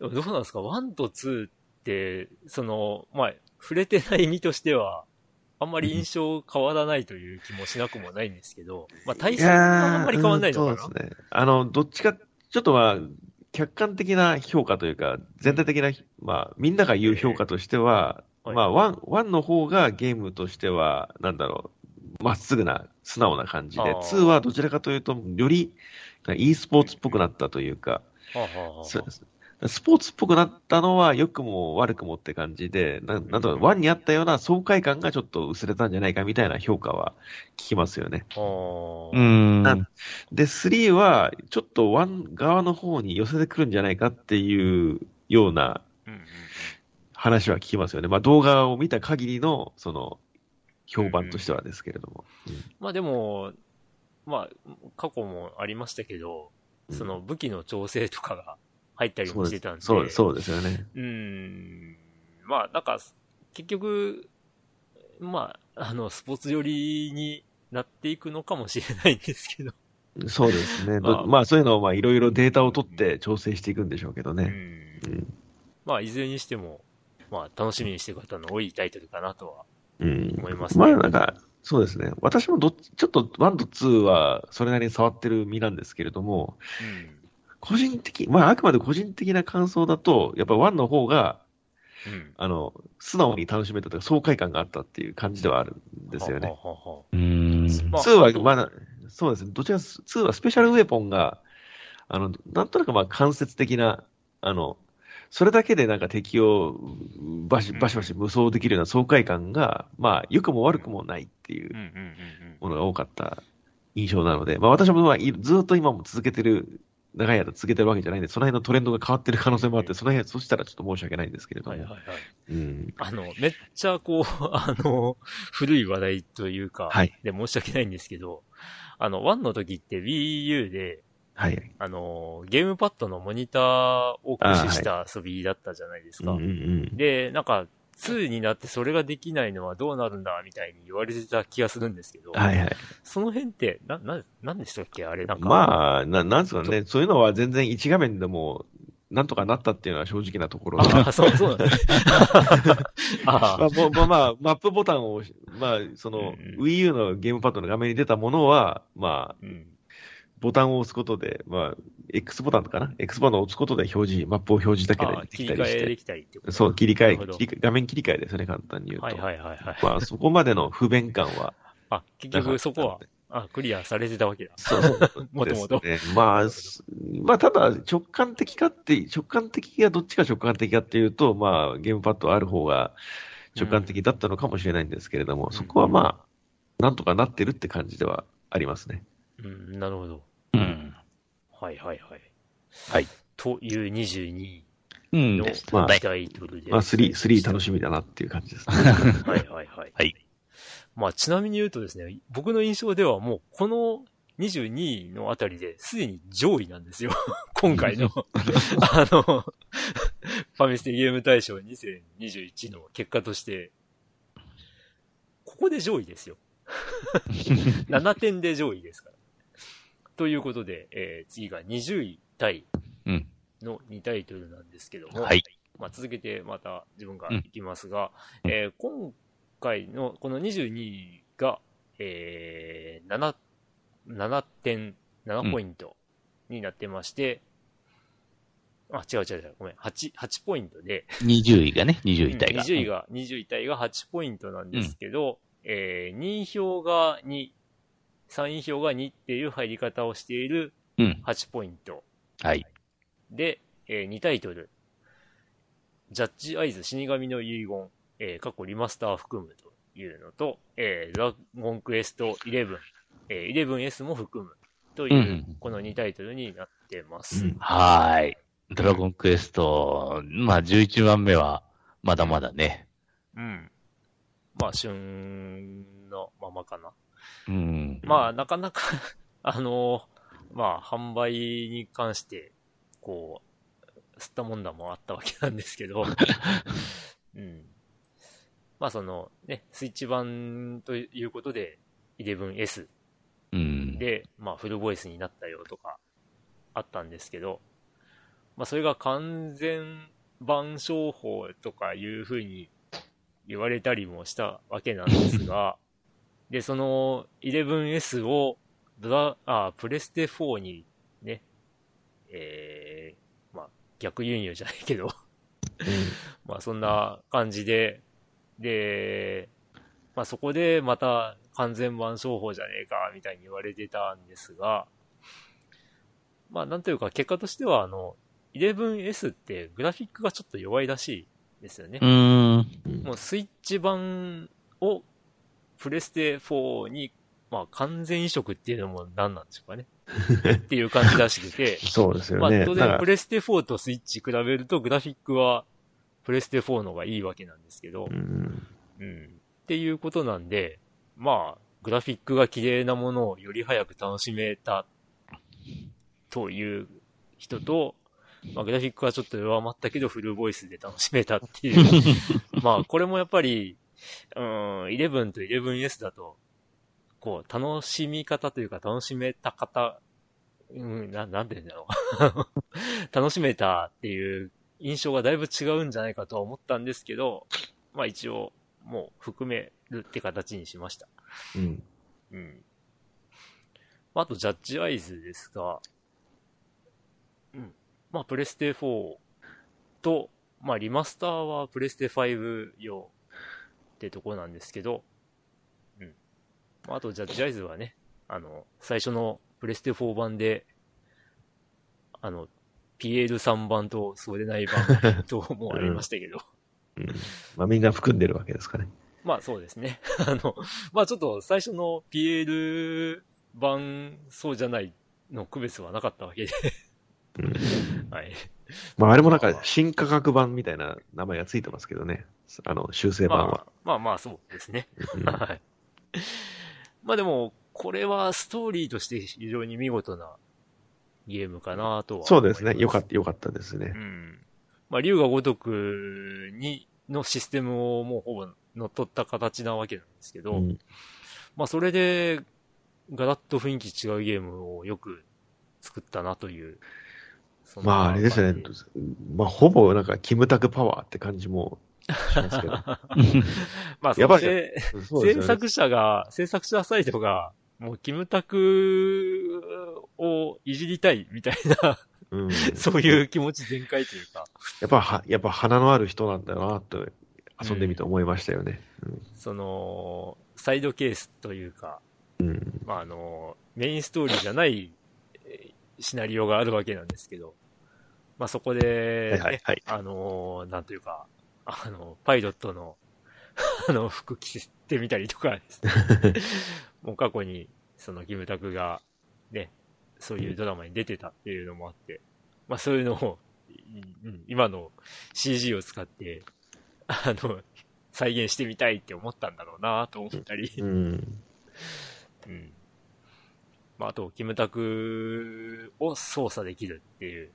A: もどうなんですか ?1 と2って、その、まあ、触れてない身としては、あんまり印象変わらないという気もしなくもないんですけど、まあ、対戦はあんまり変わらないのかな、
B: うそうですね。あの、どっちか、ちょっとまあ、客観的な評価というか、全体的な、まあ、みんなが言う評価としては、
A: はい
B: まあ、ワン、ワンの方がゲームとしては、なんだろう、まっすぐな、素直な感じで、
A: あー
B: 2はどちらかというと、より、e スポーツっぽくなったというか、
A: はあはあはあ
B: そうですスポーツっぽくなったのは良くも悪くもって感じで、ななんとワンにあったような爽快感がちょっと薄れたんじゃないかみたいな評価は聞きますよね。
A: あー
D: うん。
B: なんで、3は、ちょっと1側の方に寄せてくるんじゃないかっていうような
A: うんうん
B: 話は聞きますよね。まあ、動画を見た限りの、その、評判としてはですけれども。
A: まあでも、まあ、過去もありましたけど、その武器の調整とかが入ったり
B: そ
A: も
B: う
A: して
B: です
A: たんで、
B: そうですそうですよね。
A: うーんまあ、なんか、結局、まあ、あの、スポーツ寄りになっていくのかもしれないんですけど。
B: そうですね。
A: まあ
B: どまあ、そういうのを、まあ、いろいろデータを取って調整していくんでしょうけど
A: う
B: ね。
A: ん
B: うん。
A: まあ、いずれにしても、まあ、楽しみにしてる方の多いタイトルかなとは
B: うん。
A: 思います
B: ま
A: ね。
B: あ、なんか、そうですね。私もどっち、ちょっと1と2はそれなりに触ってる身なんですけれども、
A: うん。
B: 個人的、まあ、あくまで個人的な感想だと、やっぱ1の方が、
A: うん。
B: あの、素直に楽しめたというか、爽快感があったっていう感じではあるんですよね。
A: はははは
D: うん。
A: まあ
B: 2は、まだ、そうですね、どちらか、2はスペシャルウェポンが、あの、なんとなくまあ間接的な、あの、それだけでなんか敵をバシバシバシ無双できるような爽快感が、まあ、良くも悪くもないっていう
A: うんうんうんうん。
B: ものが多かった印象なので、まあ、私もまあいずっと今も続けてる、長い間続けてるわけじゃないんで、その辺のトレンドが変わってる可能性もあって、その辺、そしたらちょっと申し訳ないんですけれど
A: は
B: も、
A: いはいはい。
B: うん、
A: あの、めっちゃこう、あの、古い話題というか、
B: はい
A: で申し訳ないんですけど、あの、1の時って Wii U で、
B: はい、
A: あの、ゲームパッドのモニターを駆使した遊びだったじゃないです
B: うん
A: か。
B: うんうん、
A: で、なんか、2になってそれができないのはどうなるんだ、みたいに言われてた気がするんですけど、
B: はいはい。
A: その辺って、な、な、なんでしたっけあれ、なんか。
B: まあ、ななんつうかね、そういうのは全然一画面でも、なんとかなったっていうのは正直なところで。
A: ああ、そう、そうなんですね。あ
B: ま
A: あ
B: あ、ぼまあ、まあ、マップボタンを押し、まあ、その、
A: うんうん
B: Wii U のゲームパッドの画面に出たものは、まあ、
A: うん。
B: ボタンを押すことで、まあ、X ボタンかな ?X ボタンを押すことで表示、マップを表示だけ
A: あ
B: で
A: あ
B: で
A: 切
B: き
A: り
B: たり
A: 替
B: して
A: え。できたりってこと
B: そう、切り替
A: な
B: え
A: るほど
B: 切り替え画面切り替えですね、簡単に言うと。
A: はいはいはいはい。
B: まあ、そこまでの不便感は。
A: あ、結局そこは
B: なかっ、
A: あ、クリアされてたわけだ。
B: そうですね、
A: もともと。
B: まあ、すまあ、ただ、直感的かって、直感的がどっちが直感的かっていうと、まあ、ゲームパッドある方が直感的だったのかもしれないんですけれども、
A: ん
B: そこはまあ、なんとかなってるって感じではありますね。
A: うん、なるほど。
D: うん
A: はいはいはい。
D: はい。
A: という22
D: うん
A: の
D: です。
B: まあ
D: はい
A: タイトルで。
B: まあ、3、3楽
A: し
B: しみだなっていう感じですね。
A: み。 はいはいはい。
D: はい。
A: まあ、ちなみに言うとですね、僕の印象ではもうこの22のあたりですでに上位なんですよ。 今回の、あの、ファミステゲーム大賞2021の結果として、ここで上位 ですよ。7点で上位ですから。ということで、えー次が20位タイ
D: うん
A: の2タイトルなんですけども、
D: はい。
A: まあ、続けてまた自分がいきますが、えー今回のこの22が、えー、7、7点、7ポイントになってまして、あ、違う違う違う、ごめん、8、8ポイントで、
D: 20位がね、20位体が。
A: 20位が、20位体が8ポイントなんですけど、えー、2位票が2、3位票が2っていう入り方をしている
D: うん。
A: 8ポイント。
D: はい。
A: で、え2タイトル。ジャッジアイズ死神の遺言、えー過去リマスター含むというのと、えードラゴンクエスト11、えー 11S も含むという、
D: うんうん
A: この2タイトルになってます。
B: うん
D: はーい。ドラゴンクエスト、まあ11番目は、まだまだね。
A: うん。まあ、旬のままかな。
D: うん。
A: まあ、なかなか、 あのまあ、販売に関して、こう、吸ったもんだもあったわけなんですけ ど、うん。まあ、その、ね、スイッチ版ということで、11S
D: うん。
A: で、まあ、フルボイスになったよとか、あったんですけど、まあ、それが完全版商法とかいうふうに言われたりもしたわけなんです が、で、その 11S をドラ、あ、プレステ4にね、えー、まあ、逆輸入じゃないけど、まあ、そんな感じで、で、まあ、そこでまた完全版商法じゃねえか、みたいに言われてたんですが、まあ、なんというか、結果としては、あの、11S ってグラフィックがちょっと弱いらしいですよね
D: う。ーん。
A: もうスイッチ版をプレステ4に、まあ、完全移植っていうのも何なんでしょうかね。っていう感じらしくて、
B: そうです
A: ま
B: よ
A: あ、
B: ね。
A: 当
B: だか
A: 然
B: ら
A: プレステ4とスイッチ比べるとグラフィックはプレステ4の方がいいわけなんですけど
B: う、ん
A: うん。っていうことなんで、まあ、グラフィックが綺麗なものをより早く楽しめたという人と、まあ、グラフィックはちょっと弱まったけど、フルボイスで楽しめたっていう。まあ、これもやっぱり、うん、11と 11S だと、こう、楽しみ方というか、楽しめた方、うん、な、なんて言うんだろう。 楽しめたっていう印象がだいぶ違うんじゃないかとは思ったんですけど、まあ一応、もう含めるって形にしました。
B: うん
A: うん。まああと、ジャッジアイズですが、うん。まあ、プレステ4と、まあ、リマスターはプレステ5用ってとこなんですけど、うん。まあ、あと、ジャッジアイズはね、あの、最初のプレステ4版で、あの、PL3 版とそうでない版ともありましたけど、
B: うんまあ、みんな含んでるわけですかね。
A: まあそうですね。 あの、まあちょっと最初の PL 版、そうじゃないの区別はなかったわけ で。
B: うん
A: はい。
B: まあ、あれもなんか、新価格版みたいな名前がついてますけどね。あの、修正版は
A: ま。あ、まあまあそうですね。
B: うん
A: はい。 まあでも、これはストーリーとして非常に見事なゲームかなとは
B: そうですね。
A: 思い
B: よ
A: ま
B: かった、よかったですね
A: う。ん。まあ、竜が如くに、のシステムをもうほぼ乗っ取った形なわけなんですけど、
B: うん
A: まあ、それで、ガラッと雰囲気違うゲームをよく作ったなという。そんな
B: まあ、あれですね
A: 感じ。
B: まあ、ほぼなんか、キムタクパワーって感じもします けど。
A: まあ、
B: やば
A: そ
B: いじ
A: う
B: ゃん
A: せ
B: そうです
A: 制
B: よね
A: 作者が、制作者サイドが、もう、キムタクをいじりたいみたいな、
B: うん
A: そういう気持ち全開というか、
B: やっぱは、やっぱ花のある人なんだなと、遊んでみて思いましたよね。
A: その、サイドケースというか、
B: うん。うん
A: まあ、あの、メインストーリーじゃないえーシナリオがあるわけなんですけど、まあ、そこで、ね
B: はいはいはい。
A: あの、なんというか、あの、パイロットの、 あの、服着せて みたりとかですね、もう過去に、その、キムタクが、ね、そういうドラマに出てたっていうのもあって、まあそういうのを、うん今の CG を使って、あの、再現してみたいって思ったんだろうなと思ったり、
B: うん。
A: うん。まあ、あと、キムタクを操作できるっていう。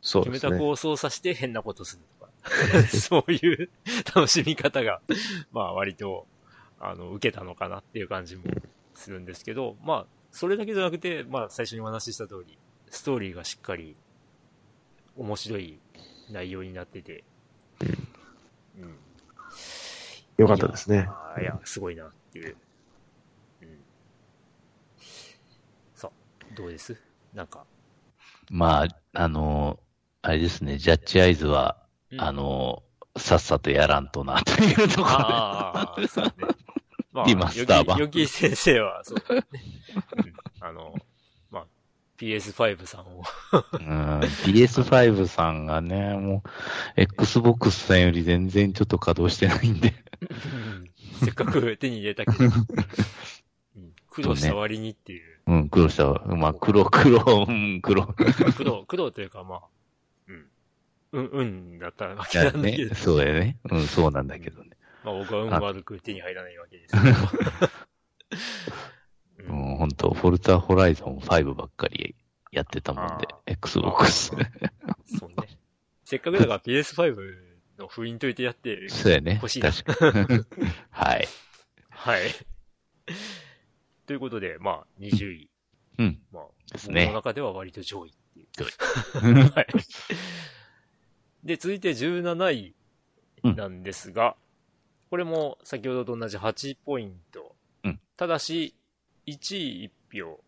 B: そう
A: キ
B: で
A: ム
B: す
A: タク
B: ね。
A: を操作して変なことするとか。 そういう楽しみ方が、 まあ割と、あの、受けたのかなっていう感じもするんですけど、まあ、それだけじゃなくて、まあ最初にお話しした通り、ストーリーがしっかり面白い内容になってて、うん。
B: よかったですね。
A: ああ、いや、すごいなっていう。うん。さあ、どうですなんか。
D: まあ、あの、あれですね、ジャッジアイズは、
A: うん
D: あ、の、さっさとやらんとな、というところ
A: ああ、そうね。ま
D: リマスター版
A: よき、よき先生は、そうだね。うんあの、まあ、PS5 さんを。
D: で。うん、PS5 さんがね、もう、Xbox さんより全然ちょっと稼働してないんで。
A: せっかく手に入れたけど、うん苦労した割にっていう。
D: うん、苦労したわ。まあ、苦労、苦労、うん、苦労。
A: 苦労、苦労というか、まあ、うん。うん、うんだったわけなんだけ
D: ね
A: ど、、
D: そうだよね。うん、そうなんだけどね。
A: まあ僕は運悪く手に入らないわけですけど。
D: う
A: うん
D: ん、本当フォルツァホライゾン5ばっかりやってたもんで、Xbox。
A: そうね。せっかくだから PS5 の封印といてやって、
D: そうやね。
A: 欲しいな
D: 確かに。 はい。
A: はい。ということで、まあ、20位。
D: うん。
A: まあ、
D: です
A: 僕の
D: ね。
A: 中では割と上位っていう。
D: 上
A: はい。で、続いて17位なんですが、これも先ほどと同じ8ポイント。
D: うん
A: ただし、1位1票、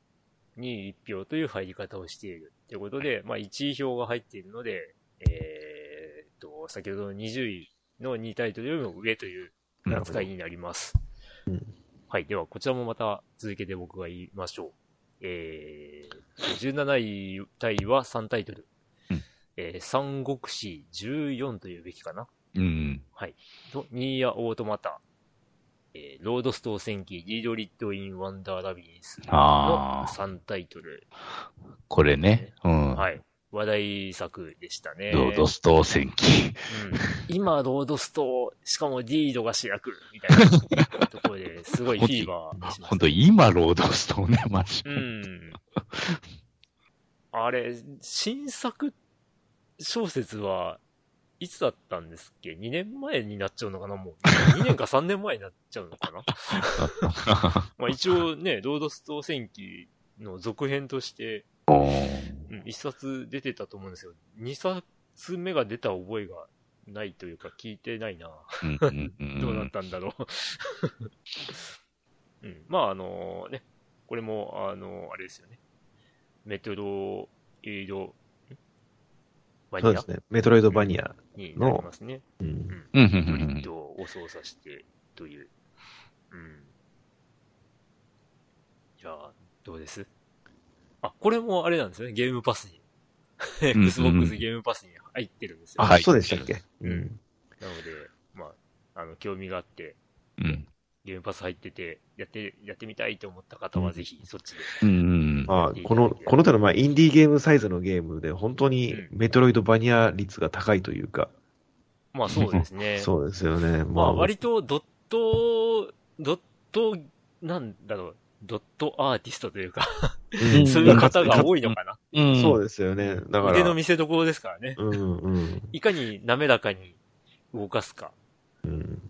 A: 2位1票という入り方をしている。ということで、まあ、1位票が入っているので、えーっと、先ほどの20位の2タイトルよりも上という扱いになります。
B: うん
A: はい。では、こちらもまた続けて僕が言いましょう。えー、17位タイは3タイトル。
D: うん
A: えー三国志14というべきかな。
D: うん。
A: と、ニーヤ・オートマタ、えーロードストー戦記、リード・リッド・イン・ワンダー・ラビリンスの
D: ああ、
A: 3タイトル。
D: これね。うん。
A: はい。話題作でしたね。
D: ロードストー戦 記。
A: うん今、ロードストー、しかもディードが主役、みたいなところですごいフィーバーしました
D: 本当今ロードストーね、マジ
A: う。ん。あれ、新作小説はいつだったんですっけ ?2 年前になっちゃうのかなもう。2年か3年前になっちゃうのかな まあ一応ね、ロードストー戦記の続編として、うん、1冊出てたと思うんですよ。2冊目が出た覚えがないというか聞いてないな。
D: うんうんうん
A: どうなったんだろう。うん。まあ、あのね、これも、あのあれですよね。メトロイド、んバニ
B: そうで
A: ア
B: すね。メトロイドバニア。
A: になりますね。
B: うん
A: う。ん。
D: うんうん
A: ドリ
D: うん
A: ッドを操作してという。うん。いやーどうですあ、これもあれなんですよね。ゲームパスに。
D: んうん
A: Xbox ゲームパスに入ってるんですよ。
B: あ、
D: はい
B: そうでしたっけうん。
A: なので、まあ、あの、興味があって、
D: うん。
A: ゲームパス入ってて、やって、やってみたいと思った方はぜひそっちで。
D: うんうん
B: あこの、この手のまあインディーゲームサイズのゲームで、本当にメトロイドバニア率が高いというか、
A: まあそうですね。
B: そうですよ
A: ま
B: ね。ま
A: あ
B: あ、
A: 割とドット、ドット、なんだろう、ドットアーティストというか、
B: うん
A: そういう方が多いのかな。
D: うん。
B: そう
D: う
B: ですよね。だか
A: 腕の
B: ら、
A: 見せ所ですからね。
B: うんうん
A: いかに滑らかに動かすか。
B: うん。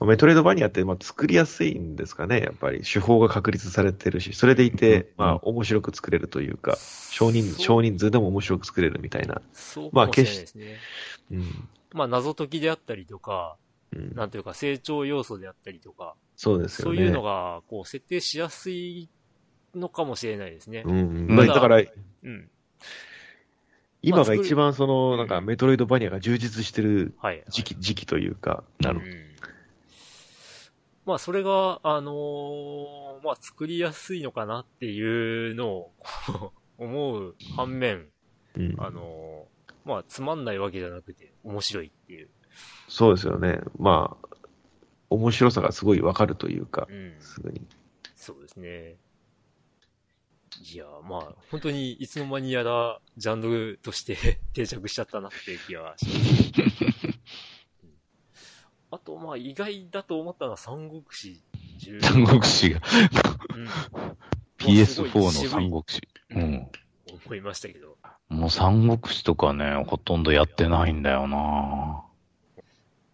A: うん。
B: メトロイドバニアってまあ作りやすいんですかね、やっぱり。手法が確立されてるし、それでいて、
D: うん
B: まあ面白く作れるというか、少人
A: そ
B: 数、
A: う
B: 少人数でも面白く作れるみたいな。
A: そうか
B: まあ
A: もしれないですね。
B: うん。
A: まあ謎解きであったりとか、
B: うん、
A: なんというか成長要素であったりとか、
B: そうですよ
A: そ
B: ね。
A: ういうのが、こう、設定しやすいのかもしれないですね
B: う。ん、
D: ま
B: ま
D: あ
B: あだから、
A: うん。
B: 今が一番その、なんかメトロイドバニアが充実してる
A: はい、はい。
B: 時期、時期というか。
D: なるほ
A: うんまあ、それが、あのーまあ、作りやすいのかなっていうのを、こう思う反面、
B: うん、
A: あのーまあ、つまんないわけじゃなくて、面白いっていう。
B: そうですよね。まあ、面白さがすごいわかるというか
A: う、ん。
B: すぐに。
A: そうですね。いやー、まあ、本当にいつの間にやら、ジャンルとして 定着しちゃったなっていう気はします。うんあと、まあ、意外だと思ったのは、三国志10。
D: 三国志が、
A: うん
D: PS4 の
A: すごい
D: 三国志。うん。
A: 思いましたけど。
D: もう三国志とかね、ほとんどやってないんだよな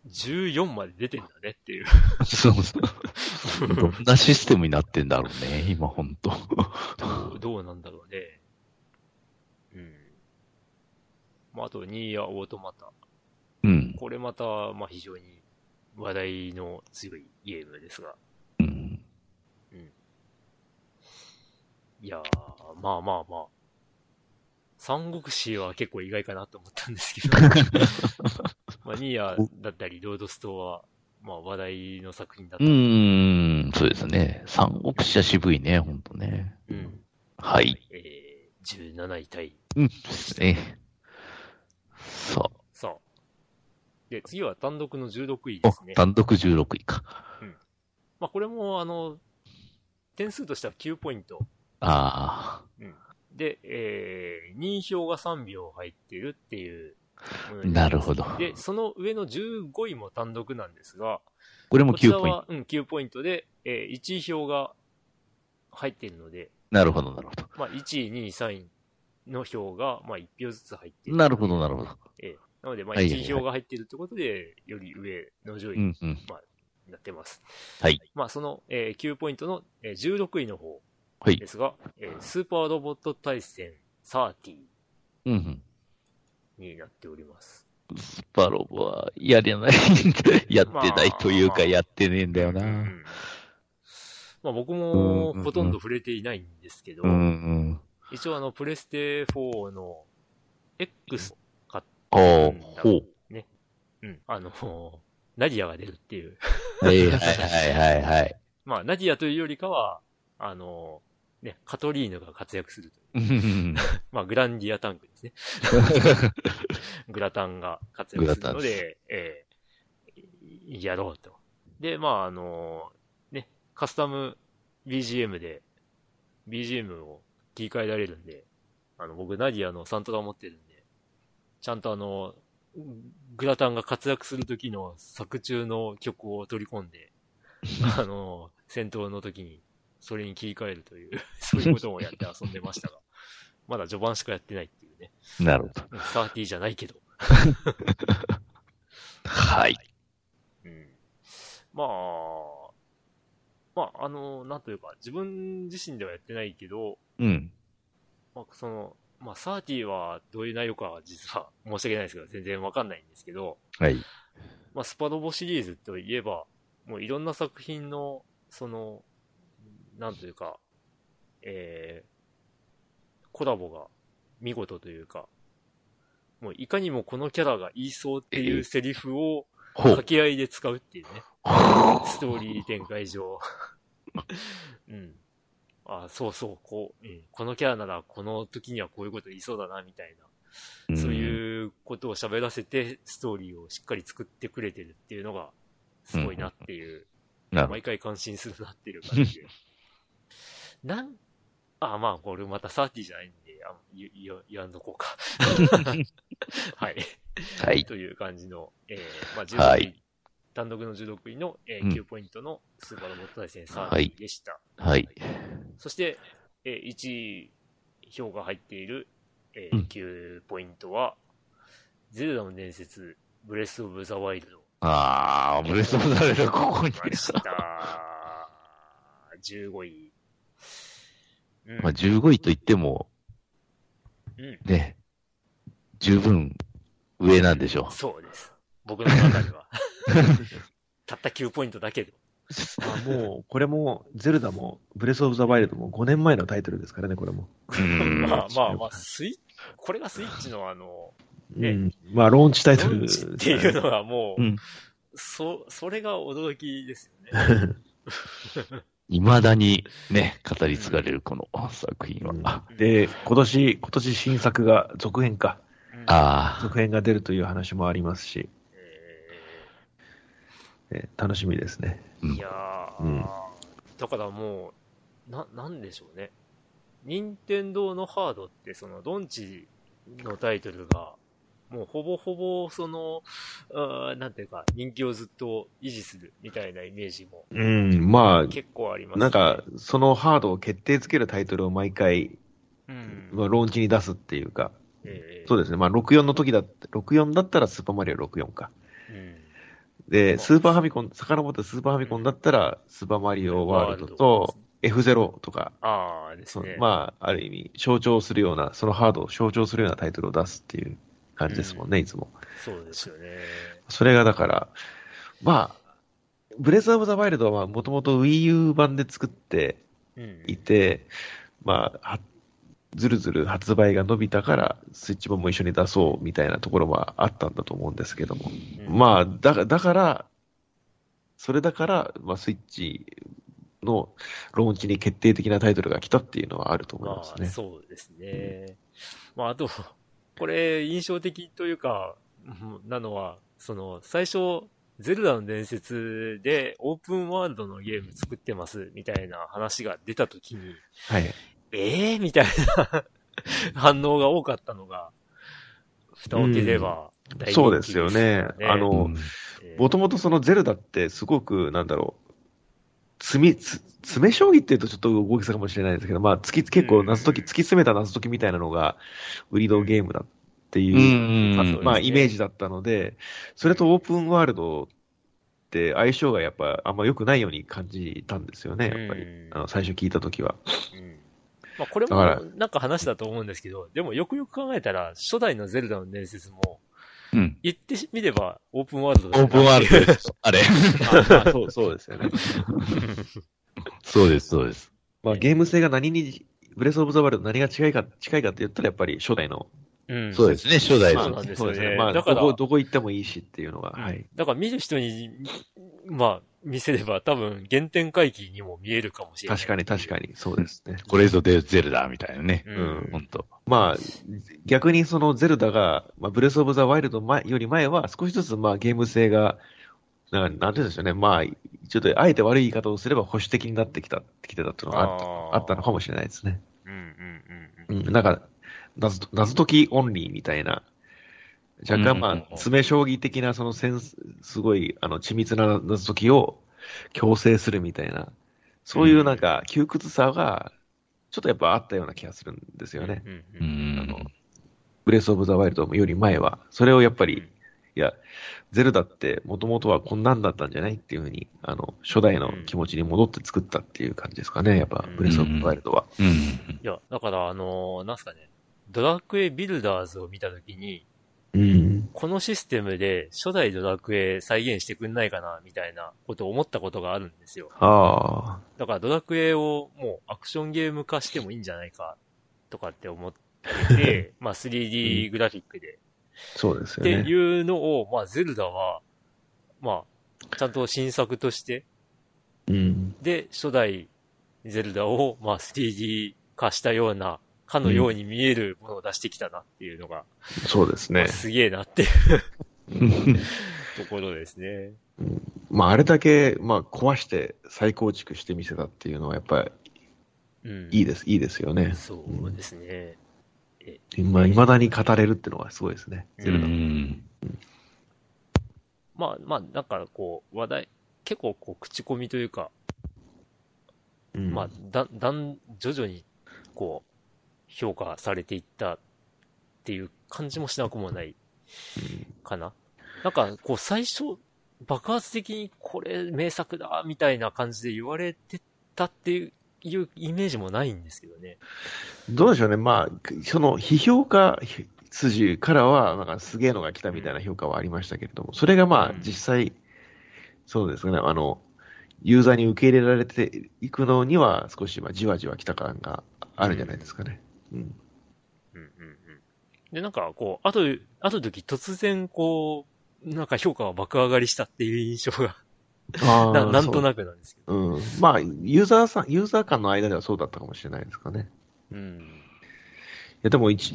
A: 14まで出てんだねっていう。
D: そうそう。どんなシステムになってんだろうね、今ほんと。
A: どう、どうなんだろうね。うん。まあ、あと、ニーヤ・オートマタ。
D: うん。
A: これまた、まあ、非常に話題の強いゲームですが。
D: うん。
A: いやー、まあまあまあ。三国志は結構意外かなと思ったんです けど。まあ、ニーヤだったり、ロードストは、まあ、話題の作品だっ
D: う
A: たり。
D: ーん、そうですね。三国志は渋いね、ほんとね。
A: うん。
D: はい。
A: えー、17位タイ。
D: うん、ですね。さ
A: さあ。で、次は単独の16位で
D: あ、お
A: すね。
D: 単独16位か。
A: まあ、これも、あの、点数としては9ポイント。
D: あ
A: で、えー、認票が3票入ってるっていう。
D: あ、なるほど。
A: で、その上の15位も単独なんですが、
D: これも
A: こちら
D: 9ポイント。
A: は、うん、9ポイントで、えー、1位票が入ってるので、
D: なるほど、なるほど。
A: まあ、1位、2位、3位の票が、まあ、1票ずつ入ってる。
D: なるほど、なるほど。
A: えーなので、まあ、
D: はいはいは
A: 1
D: い
A: 位票が入ってるってことで、より上の上
D: う
A: 位
D: ん、うん。
A: になってます。
D: はい。
A: まあ、その、えー9ポイントの、えー16位の方
D: はい
A: で。すが、えースーパーロボット対戦30
D: うん、うん。
A: になっております。
D: スパロボはやれ ない。やってないという
A: まあ
D: か、やってねえんだよな。
A: う
D: うん
A: んまあ、僕
D: うん
A: も
D: うんうん
A: ほとんど触れていないんですけど、
D: うん。
A: 一応あの、プレステ4の X 買っ
D: ああ、ほう。
A: うん、あの、 ナディアが出るっていう。
D: はいはいはいはいはい。
A: まあ、ナディアというよりかは、あの、ね、カトリーヌが活躍するという。
D: うん
A: まあ、グランディアタンクですね。グラタンが活躍するので、えーやろうと。で、まあ、あのね、カスタム BGM で、BGM を切り替えられるんで、あの、僕、ナディアのサントラ持ってるんで、ちゃんとあの、グラタンが活躍する時の作中の曲を取り込ん で、あの、戦闘の時に、それに切り替えるという、そういうこともやって遊んでましたが、まだ序盤しかやってないっていうね。
D: なるほど。
A: サーティじゃないけど。
D: はい。
A: うん。まあ、まあ、あの、なんというか、自分自身ではやってないけど、
D: うん。
A: まあ、その、まあ、サーティはどういう内容かは実は申し訳ないですけど、全然わかんないんですけど、
D: はい。
A: まあ、スパロボシリーズといえば、もういろんな作品の、その、なんというか、えー、コラボが見事というか、もういかにもこのキャラが言いそうってい
D: ええ
A: うセリフを
D: ほ
A: 掛
D: う。
A: け合いで使うっていうね。ストーリー展開上。 うん。あそうそう、こう、うん、このキャラならこの時にはこういうこと言いそうだな、みたいな。そう
D: うん。
A: いうことを喋らせて、ストーリーをしっかり作ってくれてるっていうのが、すごいなっていう。
D: なるほど
A: 毎回感心するなっていう感じで。 なん、あ、まあ、これまたサーティじゃないんで、あ言言言わんとこう か。はい。
D: はい。
A: という感じの、えー、まあ、16位、
D: はい
A: 単独の16位の、えー
D: うん
A: 9ポイントのスーパーロボット対戦3
D: はい
A: 位でした。
D: はい。
A: そして、えー1位票が入っている、え
D: うん
A: ー、9ポイントは、ゼルダの伝説、ブレスオブザワイルド
D: ああ、ブレスオブザワイルドここに。
A: ました。15位。うん
D: まあ、15位と言っても、
A: うん
D: ね、十分上なんでしょ
A: そうです。僕の中で は。 たった9ポイントだけど。
B: あもう、これも、ゼルダも、ブレスオブザワイルドも5年前のタイトルですからね、これも。
D: う。うん
A: まあまあまあ、スイッこれがスイッチのあの、ね
B: うん。まあ、ローンチタイトル
A: ロンチっていうのはもう、
D: うん
A: そ、それが驚きですよね。
D: 未だにね、語り継がれるこの作品は。
B: うん
D: あ
B: で、今年、今年新作が、続編か。
A: うん
D: あ
B: 続編が出るという話もありますし、
A: え
B: えー楽しみですね。
D: ー、う
A: ー
D: ん
A: いやー、
B: うん
A: だからもう、な、なんでしょうね。任天堂のハードって、その、ドンチのタイトルが、もうほぼほぼ、その、あーなんていうか、人気をずっと維持するみたいなイメージも
B: うん、ま
A: 結構あります、
B: あ、なんか、、そのハードを決定づけるタイトルを毎回、
A: うん。
B: まあ、ローンチに出すっていうか、
A: ええ
B: そうですね、まあ、64の時だって、64だったらスーパーマリオ64か。
A: うん。
B: で、スーパーファミコン、遡ってスーパーファミコンだったら、スーパーマリオワールドと、F0 とか、
A: ああです
B: その
A: ね。
B: まあ、ある意味、象徴するような、そのハードを象徴するようなタイトルを出すっていう感じですもんね、いつも。
A: そうですよね。
B: それがだから、まあ、ブレス・オブ・ザ・ワイルドはもともと Wii U 版で作って
A: うん。
B: いて、まあ、はずるずる発売が伸びたから、スイッチ版も一緒に出そうみたいなところはあったんだと思うんですけども。まあ、だがだから、それだから、まあ、スイッチのローンチに決定的なタイトルが来たっていうのはあると思い
A: ま
B: ます
A: あ、
B: ね。
A: そうですね。まあ、あと、これ、印象的というか、うんなのは、その、最初、ゼルダの伝説でオープンワールドのゲーム作ってます、みたいな話が出たときに、
B: はい。
A: ええみたいな反応が多かったのが、蓋を切れば大人気
B: そうですよね。あの、
D: うん
A: ええ
B: もともとそのゼルダってすごく、なんだろう、詰み、つ詰め将棋っていうとちょっと大げさかもしれないですけど、まあ、突き、結構謎解き、
A: うん
B: 突き詰めた謎解きみたいなのが売りのゲームだっていうう、
D: ん。
A: あそうです
B: まあ、
A: ね
B: イメージだったので、それとオープンワールドって相性がやっぱあんま良くないように感じたんですよね、やっぱり。
A: うん
B: あの、最初聞いたときは。
A: うんまあ、これも
B: だから
A: なんか話だと思うんですけど、でもよくよく考えたら、初代のゼルダの伝説も、
D: うん。
A: 言ってみればオープンワールド
D: オープンワールドです。あれ。
B: あそう、そうですよね。
D: そうです、そうです。
B: まあ、ゲーム性が何に、ブレスオブザワールド何が違いか、近いかって言ったらやっぱり初代の。
A: ド。うん。
D: そうですね、初代
A: そう
D: の
A: な。んです
B: そ
A: よね
B: うですね。まあ、
A: だ
B: ど
A: から
B: こ、どこ行ってもいいしっていうのが、はい。
A: だから見る人に、まあ、見せれば多分原点回帰にも見えるかもしれない。
B: 確かに確かに、そうですね。
D: これぞデゼルダみたいなね。
A: に
B: うん
D: ほんと。
B: まあ、逆にそのゼルダが、まあ、ブレスオブザワイルド前より前は少しずつまあゲーム性が、なんかなんていうんでしょうね。まあ、ちょっとあえて悪い言い方をすれば保守的になってきた、きてたっていうのがあった
A: あ
B: あったのかもしれないですね。
A: うんうんうんう。
B: うんん、なんか、謎謎解きオンリーみたいな、若
D: う
B: 干
D: ん
B: まあ、詰め将棋的な、そのセンス、すごい、あの、緻密な謎解きを強制するみたいな、そういうなんか、窮屈さが、ちょっとやっぱあったような気がするんですよね。
A: うんう
D: うんん。
B: ブレスオブザワイルドより前は。それをやっぱり、
A: うん
B: いや、ゼルダってもともとはこんなんだったんじゃないっていうふうに、あの、初代の気持ちに戻って作ったっていう感じですかね、やっぱ、ブレスオブザワイルドは。
D: うん。
A: いや、だからあのーなんすかね、ドラクエビルダーズを見たときに、
B: うん。
A: このシステムで初代ドラクエ再現してくんないかな、みたいなことを思ったことがあるんですよ。
B: ああ。
A: だからドラクエをもうアクションゲーム化してもいいんじゃないか、とかって思ってて、 まあ 3D グラフィックで
B: そうです
A: っ
B: よ
A: て
B: ね。
A: いうのを、まあ、ゼルダは、まあ、ちゃんと新作として、
B: うん。
A: で、初代ゼルダを、まあ、3D 化したような、かのように見えるものを出してきたなっていうのが、
B: そうですね。
A: すげえなっていうところですね。
B: まあ、あれだけ、まあ、壊して再構築してみせたっていうのは、やっぱり
A: うん。
B: いいです、いいですよね。
A: そうですね。
B: まあ、未だに語れるっていうのはすごいですね。
A: うん
B: ゼルダ。
A: まあ、まあ、なんかこう、話題、結構こう、口コミというか、
B: うん
A: まあ、だ、だん、徐々に、こう、評価されていったっていう感じもしなくもない、かな。なんか、こう、最初、爆発的にこれ名作だ、みたいな感じで言われてたっていう、いうイメージもないんですけどね。
B: どうでしょうね。まあ、その、批評家ひ筋からは、なんかすげえのが来たみたいな評価はありましたけれども、それがまあ
A: う、ん
B: 実際、そうですね、あの、ユーザーに受け入れられていくのには、少し、まあ、じわじわ来た感があるんじゃないですかね。うん。
A: うんうんうん。で、なんか、こう、あと、あと時突然、こう、なんか評価が爆上がりしたっていう印象が、
B: あ
A: ななんと
B: く。
A: なくなんですけど。
B: うん。まあ、ユーザーさん、ユーザー間の間ではそうだったかもしれないですかね。
A: うん。
B: いや、でも一、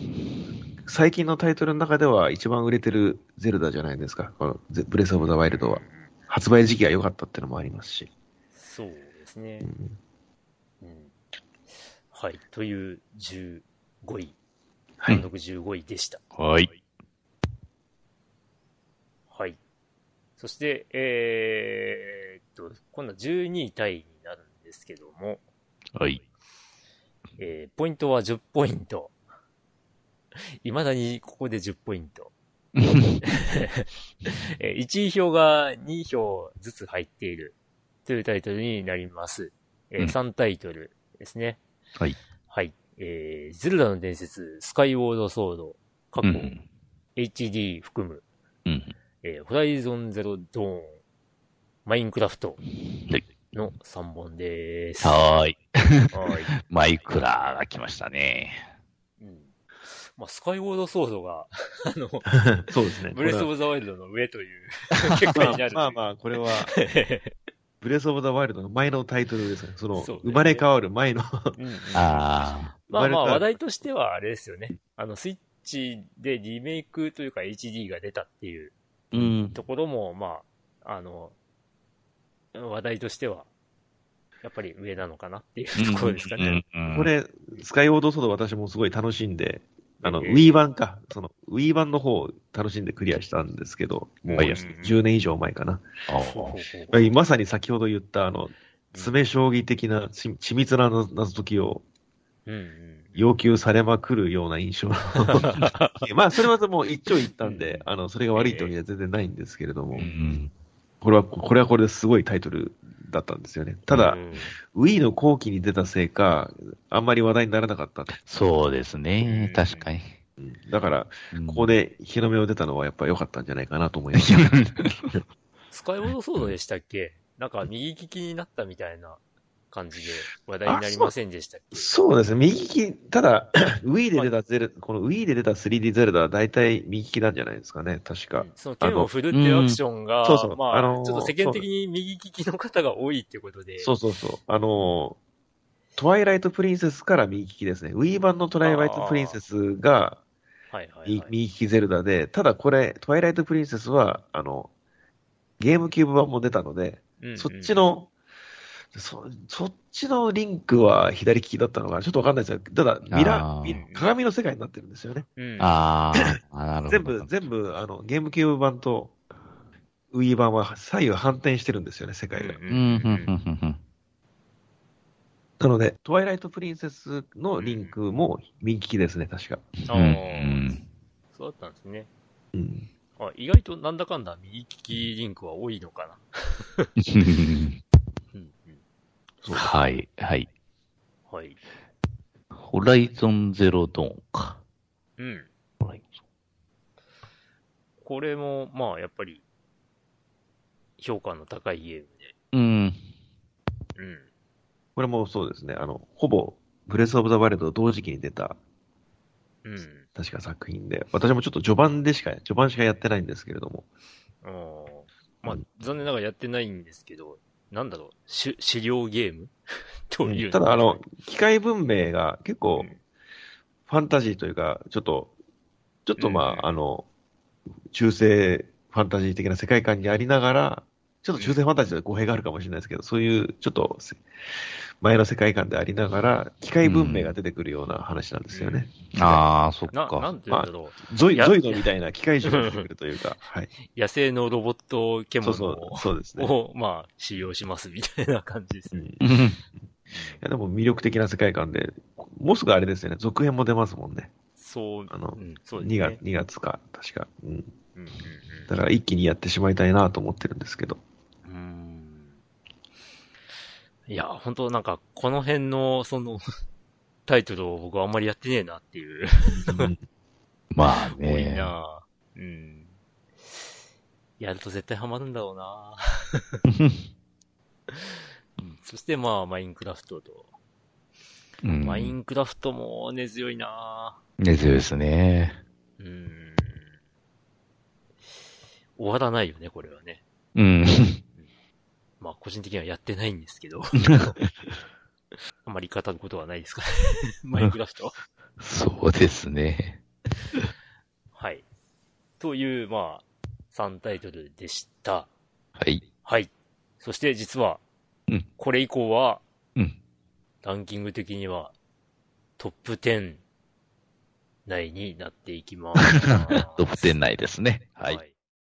B: 最近のタイトルの中では一番売れてるゼルダじゃないですか。このゼブレスオブザワイルドは
A: うん。うん
B: 発売時期が良かったってのもありますし。
A: そうですね。
B: うん
A: うんはい。という15位、
B: はい
A: 単独15位でした。
D: はい。
A: はい。そして、えーっと、今度は12位タイになるんですけども、
D: はい。
A: えーポイントは10ポイント。未だにここで10ポイント。えー1位票が2票ずつ入っているというタイトルになります。え
D: うん
A: 3タイトルですね。
D: はい。
A: はい。えー、ゼルダの伝説、スカイウォードソード、過
D: う
A: 去、
D: ん。
A: HD 含む、
D: うん。
A: えーホライゾンゼロドーン、マインクラフト
D: はい
A: の3本です。
D: はーい。
A: はい。
D: マイクラが来ましたね。
A: うんまあ、スカイウォードソードが、あ の、
B: そうですね。
A: ブレス・オ
B: こ
A: ブ・ザ・ワイルドの上という 結
B: れ
A: 果
B: は
A: になる。
B: まあまあ、こ れは、ブレス・オブ・ザ・ワイルドの前のタイトルですね。その、
A: そうね
B: 生まれ変わる前の。
A: うんうん
D: あ
A: まあまあ話
B: 題。
A: 題としてはあれですよね。あの、スイッチでリメイクというか HD が出たっていう
D: ー。うん。
A: ところも、まあ、あの、話題としては、やっぱり上なのかなっていうところですかね。
D: うん。うん
B: こ、れ、スカイウォードソード私もすごい楽しんで、あの、
A: えー
B: Wii 版か。その、Wii 版の方を楽しんでクリアしたんですけど、もう
D: はい
B: 10年以上前かな。
D: あー
A: ほうほうほう
B: まさに先ほど言った、あの、詰め将棋的なち緻密な謎解きを
A: うんうん。
B: 要求されまくるような印象のまあ、それはもう一長一短で、あの、それが悪いってわけじゃ全然ないんですけれども
D: う、ん。
B: これは、これはこれですごいタイトルだったんですよね。ただ
A: う、ん
B: Wii の後期に出たせいか、あんまり話題にならなかった。
D: そうですね
A: う。ん
D: 確かに。
B: うんだから、
D: うん
B: ここ。で日の目を出たのはやっぱ良かったんじゃないかなと思います。
A: スカイウォードソードでしたっけなんか右利きになったみたいな感じで話題になりませんでしたっけ
B: そうですね、右利き、ただ、Wii で出たゼル、この Wii で出た 3D ゼルダは大体右利きなんじゃないですかね、確か。
A: その剣を振るっていうアクションが、
B: あのそうそう
A: まあ、
B: あのー
A: ちょっと世間的に右利きの方が多いってことで、
B: そうそうそう。あのー、トワイライトプリンセスから右利きですね。Wii 版のトワイライトプリンセスが
A: はいはい
B: 右
A: はい。
B: 右利きゼルダで、ただこれ、トワイライトプリンセスは、あの、ゲームキューブ版も出たので、
A: うんうん
B: そっち、の、そそっちのリンクは左利きだったのかなちょっとわかんないですけど、ただミラ
D: あー
B: ーミ、鏡の世界になってるんですよね。
A: うん
D: あーあ、なるほど。
B: 全部、全部、あの、ゲームキューブ版と Wii 版は左右反転してるんですよね、世界が。
D: うん。うん。うんうん。
B: なので、トワイライトプリンセスのリンクも右利きですね、確か。
A: あ
D: う
A: ー
D: ん。
A: そうだったんですね。
B: うん。
A: あ意外となんだかんだ右利きリンクは多いのかな。
D: うん
A: うんうん
D: はい。はい。
A: はい。
D: ホライゾンゼロドーンか。
A: うん。
D: ホライゾン
A: これも、まあ、やっぱり、評価の高いゲーム
D: うん。
A: で。うん。
B: これもそうですね、あの、ほぼ、ブレス・オブ・ザ・ワイルドと同時期に出た、
A: うん。
B: 確か作品で、私もちょっと序盤でしか、序盤しかやってないんですけれども、
A: あーまあ、残念ながらやってないんですけど、なんだろう、し狩猟ゲーム というの
B: ただ、あの、機械文明が結
A: う
B: 構
A: ん、
B: ファンタジーというか、ちょっと、ちょっとま
A: うん
B: あ、あの、中世ファンタジー的な世界観にありながら、ちょっと中世ファンタジーと語弊があるかもしれないですけど、そういうちょっとせ前の世界観でありながら、機械文明が出てくるような話なんですよね。
D: ああ、そっ
A: な、な
D: か。
A: んて言うんだろう、
B: ゾイ
A: や
B: ゾイドみたいな機械人が出てくるというか、はい。
A: 野生のロボット
B: そう
A: 獣
B: そ
A: を
B: う、そうですね。
A: を、まあ、使用しますみたいな感じです
B: う
A: ね。
B: ん
D: うん
B: いやでも魅力的な世界観で、もうすぐあれですよね、続編も出ますもんね。
A: そう、
B: あの
A: うん、そうです
B: 2
A: ね。
B: 月、2月か、確か。うん。
A: うんうん
B: だから一気にやってしまいたいなと思ってるんですけど。
A: うん、うんいや、本当なんか、この辺の、その、 タイトルを僕はあんまりやってねえなっていう。
D: まあ
A: 多い
D: ね。
A: なぁうん。やると絶対ハマるんだろうなぁうんそしてまあ、マインクラフトと。
D: うん
A: マインクラフトも根強いな
D: 根強いですね。
A: ぁうん。終わらないよね、これはね。
D: うん。
A: まあ、個人的にはやってないんですけど。あまり語ることはないです かね。マインクラフト。
D: そうですね。
A: はい。という、まあ、3タイトルでした。
D: はい。
A: はい。そして実は
D: うん、
A: これ以降は、
D: うん
A: ランキング的にはトップ10内になっていきます
D: 。トップ10内ですね。はい。